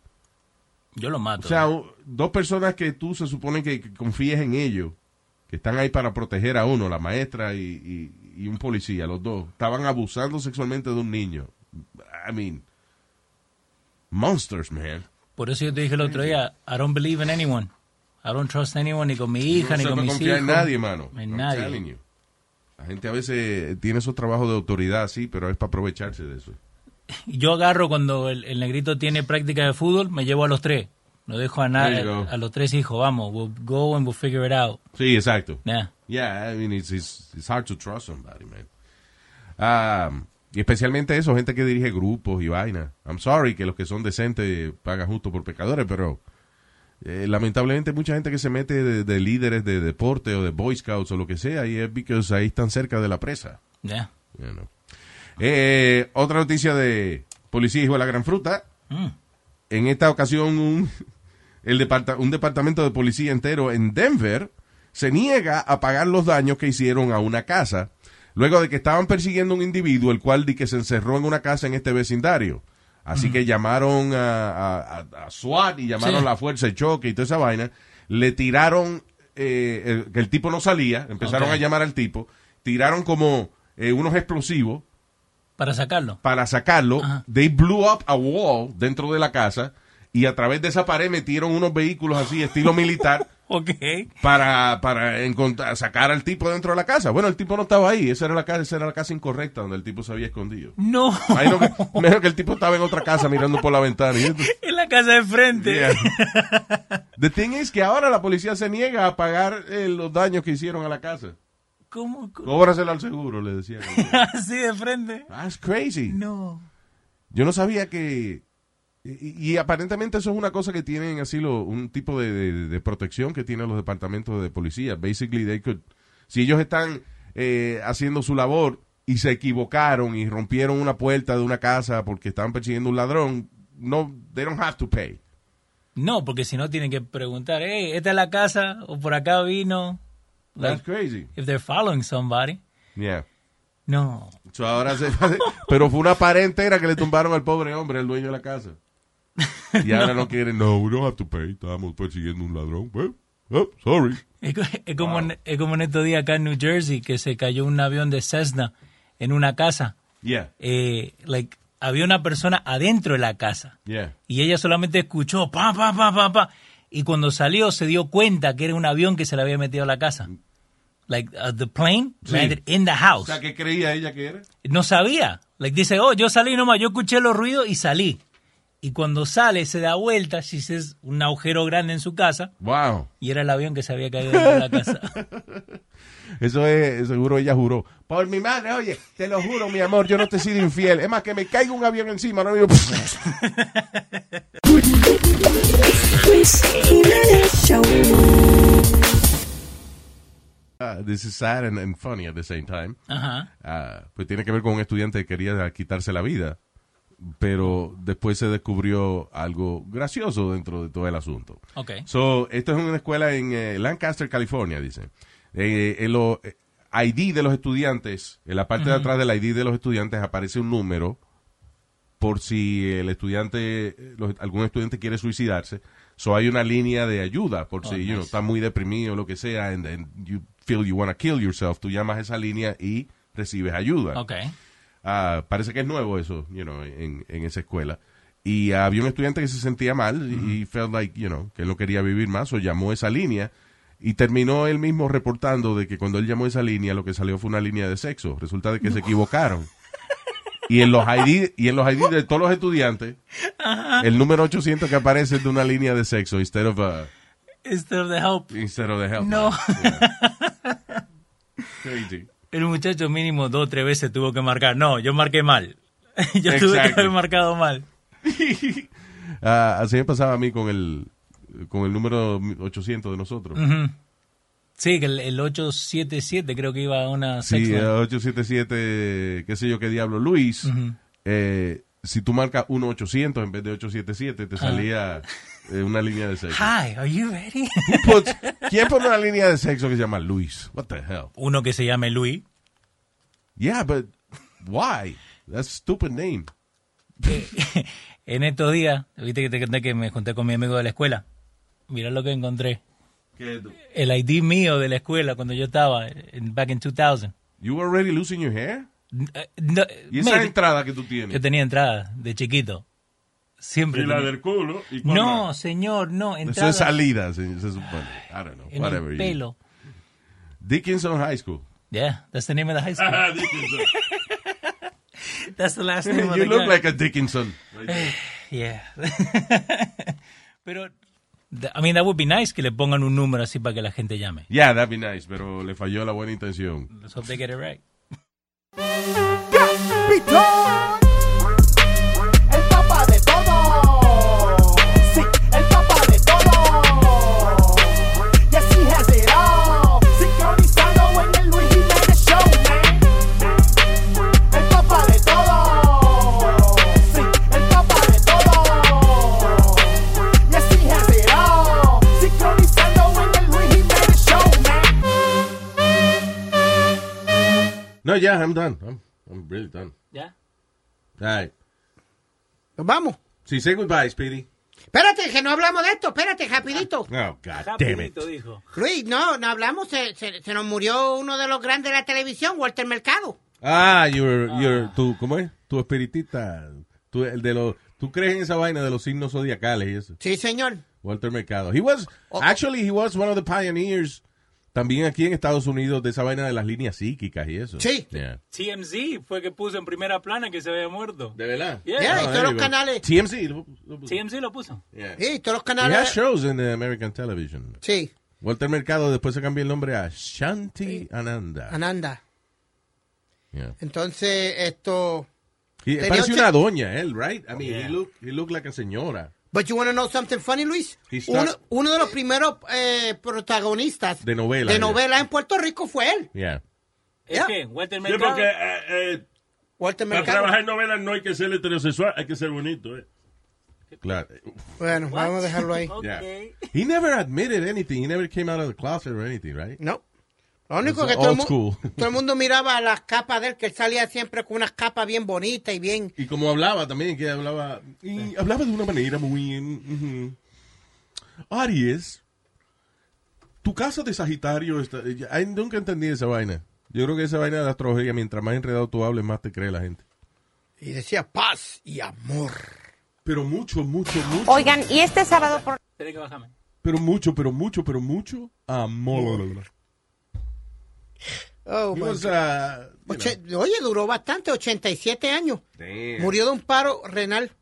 Yo lo mato. O sea, u- dos personas que tú se supone que, que confíes en ellos, que están ahí para proteger a uno, la maestra y, y- y un policía, los dos, estaban abusando sexualmente de un niño. I mean, monsters, man. Por eso yo te dije el otro día, I don't believe in anyone. I don't trust anyone, ni con mi No hija, ni se con puede mis confiar hijos. en nadie, mano. En I'm telling nadie. you. La gente a veces tiene esos trabajos de autoridad, sí, pero es para aprovecharse de eso. Yo agarro cuando el, el negrito tiene práctica de fútbol, me llevo a los tres. No dejo a There you nadie, go. a los tres hijos, vamos, we'll go and we'll figure it out. Sí, exacto. Yeah. Yeah, I mean, it's, it's, it's hard to trust somebody, man. Um, y especialmente eso, gente que dirige grupos y vaina. I'm sorry que los que son decentes pagan justo por pecadores, pero eh, lamentablemente mucha gente que se mete de, de líderes de deporte o de Boy Scouts o lo que sea, y es porque ahí están cerca de la presa. Yeah. You know. Eh, otra noticia de policía hijo de la gran fruta. Mm. En esta ocasión, un, el departa- un departamento de policía entero en Denver se niega a pagar los daños que hicieron a una casa, luego de que estaban persiguiendo un individuo, el cual di que se encerró en una casa en este vecindario. Así que llamaron a, a- a- a SWAT y llamaron Mm. Sí. la fuerza de choque y toda esa vaina. Le tiraron, eh, el- que el tipo no salía, empezaron Ok. a llamar al tipo, tiraron como eh, unos explosivos Para sacarlo. para sacarlo. They blew up a wall dentro de la casa y a través de esa pared metieron unos vehículos así, estilo militar, Ok. para, para encontrar, sacar al tipo dentro de la casa. Bueno, el tipo no estaba ahí, esa era la casa, esa era la casa incorrecta donde el tipo se había escondido. No. Imagino que, imagino que el tipo estaba en otra casa mirando por la ventana. y esto- En la casa de frente. Yeah. The thing is que ahora la policía se niega a pagar eh, los daños que hicieron a la casa. ¿Cómo? Cóbraselo al seguro, le decían. Así de frente. That's Ah, crazy. No. Yo no sabía que... Y, y aparentemente eso es una cosa que tienen así lo, un tipo de, de- de protección que tienen los departamentos de policía. Basically, they could, si ellos están eh, haciendo su labor y se equivocaron y rompieron una puerta de una casa porque estaban persiguiendo un ladrón, no, they don't have to pay. No, porque si no tienen que preguntar, hey, esta es la casa o por acá vino. That's crazy. If they're following somebody. Yeah. No. So ahora se- pero fue una pared entera que le tumbaron al pobre hombre, el dueño de la casa. Y ahora no, quieren, no, we don't have to pay. Estábamos persiguiendo un ladrón. Well, oh, sorry. Es, co- es como en, es como en estos días acá en New Jersey que se cayó un avión de Cessna en una casa. Yeah, Eh, like, había una persona adentro de la casa yeah. y ella solamente escuchó pa, pa, pa, pa, pa. Y cuando salió se dio cuenta que era un avión que se le había metido a la casa. Like, uh, the plane Sí. landed in the O house. sea, ¿qué creía ella que era? No sabía. Like, dice, oh, yo salí nomás, yo escuché los ruidos y salí. Y cuando sale, se da vuelta, si es un agujero grande en su casa, Wow. y era el avión que se había caído dentro de la casa. Eso es, seguro ella juró. Por mi madre, oye, te lo juro, mi amor, yo no te he sido infiel. Es más, que me caiga un avión encima, no me Luis Jiménez Show. Ah, this is sad and, and funny at the same time. Ajá. Ah, pues tiene que ver con un estudiante que quería quitarse la vida, pero después se descubrió algo gracioso dentro de todo el asunto. Ok. So, esto es una escuela en eh, Lancaster, California, dice. Eh, en lo- eh, ID de los estudiantes, en la parte de Ujú. atrás del ID de los estudiantes aparece un número por si el estudiante, los- algún estudiante quiere suicidarse. So hay una línea de ayuda por si Oh, you know, nice. está muy deprimido o lo que sea and, and you feel you want to kill yourself. Tú llamas esa línea y recibes ayuda. Ok. Ah, parece que es nuevo eso, you know, en, en esa escuela. Y había un estudiante que se sentía mal y felt like, you know, que él no quería vivir más o llamó esa línea y terminó él mismo reportando de que cuando él llamó esa línea lo que salió fue una línea de sexo. Resulta de que se equivocaron. Y en los ID, y en los ID de todos los estudiantes, el número 800 que aparece es de una línea de sexo instead of a- Instead of the help. instead of the help. No. Crazy. El muchacho mínimo dos o tres veces tuvo que marcar. No, yo marqué mal. yo tuve que Exacto. haber marcado mal. Ah, así me pasaba a mí con el con el número 800 de nosotros. Ujú. Sí, que el, el 877 creo que iba a una sex Sí, uh. line. 877, qué sé yo qué diablo, Luis. Ujú. eh, si tú marcas 1800 en vez de 877, te Ah. salía eh, una línea de sexo. Hi, are you ready? Pues, ¿Quién pone una línea de sexo que se llama Luis? What the hell? Uno que se llame Luis. Yeah, but why? That's a stupid name. En estos días, viste que te conté que me junté con mi amigo de la escuela. Mira lo que encontré. El ID mío de la escuela cuando yo estaba, en- back in 2000. You already losing your hair? No, ¿Y esa mira, entrada que tú tienes? Yo tenía entrada de chiquito. Siempre. Y la tenía- del culo. ¿y cuál más? No, señor, no. Eso Entrada es salida, se, se supone. I don't know. en whatever. you- el pelo. Dickinson High School. Yeah, that's the name of the high school. Ah, Dickinson. that's the last name of you the look guy. like a Dickinson. Yeah. Pero, th- I mean, that would be nice que le pongan un número así para que la gente llame. Yeah, that'd be nice, pero le falló la buena intención. Let's hope they get it right. Pitón, el papá de todo. Sí, el papá de todo. Y así has it all. Sincronizado en el Luis Jiménez Show, man. El papá de todo. Sí, el papá de todo. Y así has it all. Sincronizado en el Luis Jiménez Show, man. No, yeah, I'm done. I'm, I'm really done. Yeah. All right. Nos vamos. Sí, say goodbye, Speedy. Espérate, que no hablamos de esto. Espérate, rapidito. Oh, God damn it. Luis, no, no hablamos. Se, se- se nos murió uno de los grandes de la televisión, Walter Mercado. Ah, you're, you're, tú, ¿cómo es? Tu espiritista. Tú, el de los, tú crees en esa vaina de los signos zodiacales y eso. Sí, señor. Walter Mercado. He was, Oh. actually, he was one of the pioneers también aquí en Estados Unidos de esa vaina de las líneas psíquicas y eso. Sí. Yeah. TMZ fue que puso en primera plana que se había muerto. ¿De verdad? Yeah. Yeah, y todos los anyway. canales. TMZ. lo- TMZ lo puso. Sí, todos los He has canales. shows in the American television. Sí, Walter Mercado después se cambió el nombre a Shanti Ananda. Ananda. Yeah. Entonces, esto. He- Tenía parece ocho- una doña, él, right? I mean, he look, he look like a señora. But you want to know something funny, Luis? He starts- Uno, uno de los primeros eh, protagonistas De novela, de yeah. novela en Puerto Rico fue él. Yeah. ¿Es qué? Walter Sí, Mercado. porque eh, eh, Walter para Mercado. trabajar en novelas no hay que ser heterosexual, hay que ser bonito. Eh. Claro. Bueno, vamos a dejarlo ahí. Yeah. He never admitted anything. He never came out of the closet or anything, right? No. Lo único It's que todo el, old mu- school. todo el mundo miraba las capas de él, que él salía siempre con unas capas bien bonitas y bien... Y como hablaba también, que hablaba. y hablaba de una manera muy. mm, ujú. Aries, tu casa de Sagitario está. ya- ay, nunca entendí esa vaina. Yo creo que esa vaina de la astrología, mientras más enredado tú hables, más te cree la gente. Y decía paz y amor. Pero mucho, mucho, mucho. Oigan, y este sábado por... Espera que bájame. Pero mucho, pero mucho, pero mucho amor. Oh, He my was, God. uh, you Oche- Oye, duró bastante, 87 años. Damn. Murió de un paro renal.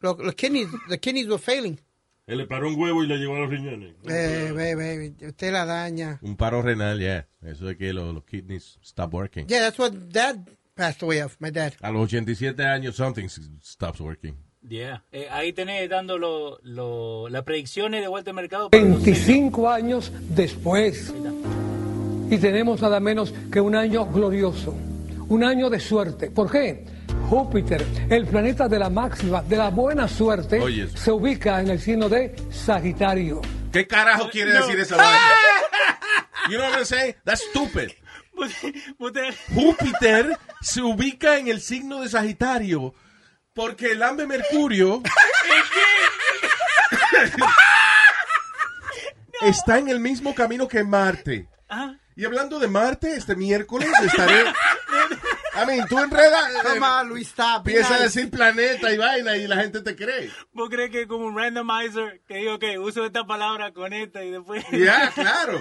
Los, los kidneys, the kidneys were failing. Él le paró un huevo y le llevó a los riñones. Eh, baby, usted la daña. Un paro renal, ya. Eso de que lo- los kidneys stop working. Yeah, that's what dad passed away of, my dad. A los 87 años, something s- stops working. Yeah. Eh, ahí tenés dando lo, lo- las predicciones de Walter Mercado. para los- 25 años después. Y tenemos nada menos que un año glorioso, un año de suerte. ¿Por qué? Júpiter, el planeta de la máxima, de la buena suerte, Oye, eso. se ubica en el signo de Sagitario. ¿Qué carajo quiere No. decir esa vaina? You know what I'm saying? That's stupid. Júpiter se ubica en el signo de Sagitario porque el hambre Mercurio está en el mismo camino que Marte. Ah. Y hablando de Marte, este miércoles estaré... I mean, tú enredas... eh, Come on, Luis, stop. Be Empieza a nice. decir planeta y vaina y la gente te cree. ¿Vos crees que como un randomizer que digo que uso esta palabra con esta y después... Ya, claro.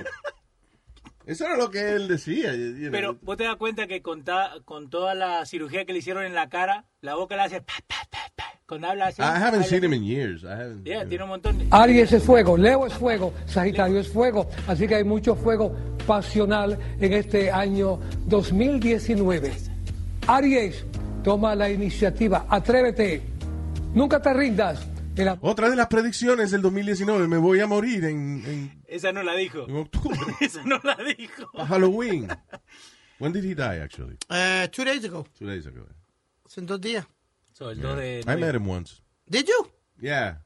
Eso era lo que él decía. you know. Pero vos te das cuenta que con, ta- con toda la cirugía que le hicieron en la cara, la boca la hace... pa, pa, pa, pa, cuando habla así... I haven't habla- seen him in years. I haven't. Yeah, tiene un montón de... Aries es fuego, Leo es fuego, Sagitario es fuego, así que hay mucho fuego pasional en este año 2019. Aries, toma la iniciativa, atrévete, nunca te rindas. En la- Otra de las predicciones del 2019, me voy a morir en, en- Esa no la dijo. en octubre, Esa no la dijo. a Halloween. When did he die, actually? Eh, two days ago. Two days ago. Hace dos días. So, el Yeah. dos de- I met him once. Did you? Yeah.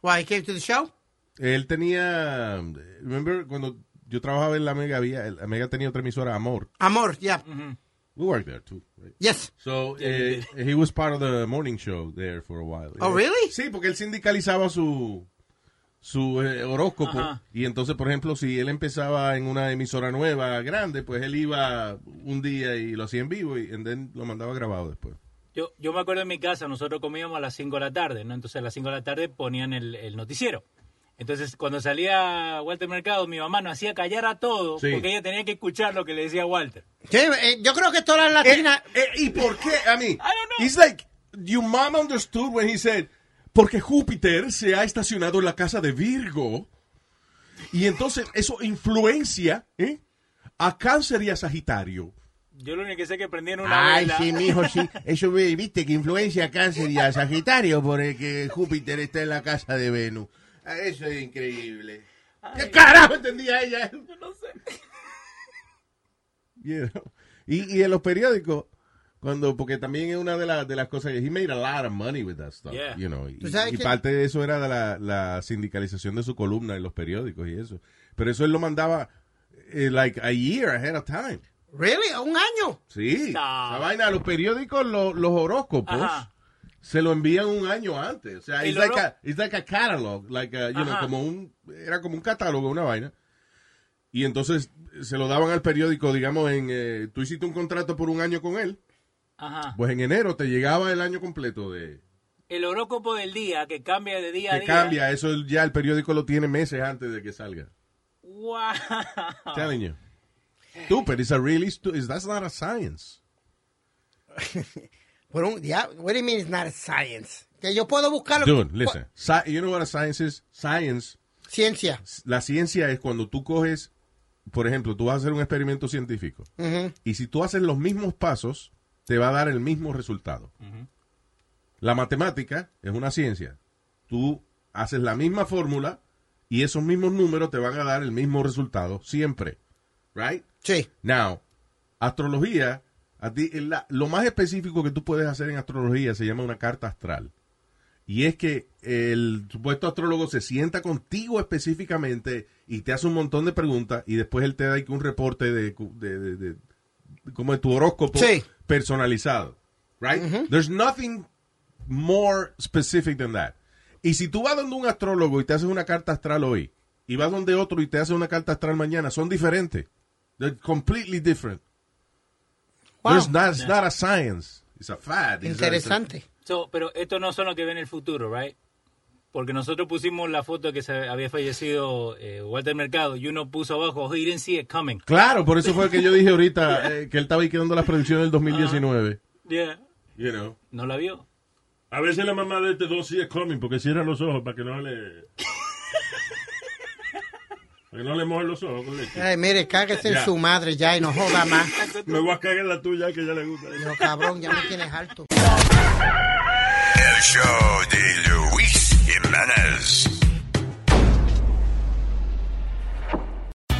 Why, he came to the show? Él tenía... um, Remember, cuando yo trabajaba en la Mega, había, la Mega tenía otra emisora, Amor. Amor, yeah. We worked there, too. right? Yes. So, eh, he was part of the morning show there for a while. Oh, Eh, really? Sí, porque él sindicalizaba su, su eh, horóscopo. Ajá. Y entonces, por ejemplo, si él empezaba en una emisora nueva, grande, pues él iba un día y lo hacía en vivo y and then lo mandaba grabado después. Yo, yo me acuerdo en mi casa, nosotros comíamos a las 5 de la tarde, ¿no? Entonces a las 5 de la tarde ponían el, el noticiero. Entonces cuando salía Walter Mercado, mi mamá nos hacía callar a todos Sí. porque ella tenía que escuchar lo que le decía Walter. Sí, eh, yo creo que todas las latinas... eh, ¿Y por qué? I mean, it's like your mom understood when he said, porque Júpiter se ha estacionado en la casa de Virgo y entonces eso influencia ¿eh? a Cáncer y a Sagitario. Yo lo único que sé es que prendían una Ay, vela. sí, mijo, sí. Eso, ve- viste, que influencia a Cáncer y a Sagitario por el que Júpiter está en la casa de Venus. Ah, Eso es increíble. ¿Qué carajo entendía ella? Yo no sé. You know? y, y en los periódicos, cuando porque también es una de, las de las cosas que he made a lot of money with that stuff, Yeah. you know, y, Tú sabes y que- parte de eso era de la, la sindicalización de su columna en los periódicos y eso. Pero eso él lo mandaba eh, like a year ahead of time. Really? ¿Un año? Sí. Esa vaina, los periódicos, lo- los horóscopos, Ajá. se lo envían un año antes. O sea, El it's like, horó- a, it's like a catalog, like a, you know, Ajá. como un, era como un catálogo, una vaina. Y entonces se lo daban al periódico, digamos, en, eh, tú hiciste un contrato por un año con él, Ajá. pues en enero te llegaba el año completo de El horóscopo del día, que cambia de día a que día. cambia. Eso ya el periódico lo tiene meses antes de que salga. Wow. Ah. Telling you. Stupid, it's a really stu- it's- that's not a science. Por un día... What do you mean it's not science? Que yo puedo buscarlo... Dude, listen. Sci- you know what a science is? Science Ciencia. la ciencia es cuando tú coges, por ejemplo, tú vas a hacer un experimento científico Ujú. y si tú haces los mismos pasos te va a dar el mismo resultado. La matemática es una ciencia. Tú haces la misma fórmula y esos mismos números te van a dar el mismo resultado siempre. Right? Sí. Now, astrología, a ti- la- lo más específico que tú puedes hacer en astrología se llama una carta astral. Y es que el supuesto astrólogo se sienta contigo específicamente y te hace un montón de preguntas y después él te da ahí un reporte de, cu- de- de- de- como de tu horóscopo personalizado. Right? There's nothing more specific than that. Y si tú vas donde un astrólogo y te haces una carta astral hoy, y vas donde otro y te haces una carta astral mañana, son diferentes. They're completely different. There's not, it's not a science. It's a fact. It's a- So, pero estos no son los que ven el futuro, right? Porque nosotros pusimos la foto que se había fallecido eh, Walter Mercado y uno puso abajo, "Oh, he didn't see it coming. Claro, por eso fue que yo dije ahorita eh, que él estaba ahí quedando las predicciones del 2019. Yeah. Ah. You know. No la vio. A veces la mamá de este dos sí es coming porque cierra los ojos para que no le. para que no le mojen los ojos con leche. Eh, Ay, mire, cáguese Ya. en su madre ya y no joda más. Me voy a cagar en la tuya que ya le gusta. No, cabrón, ya me tienes harto. El show de Luis Jiménez.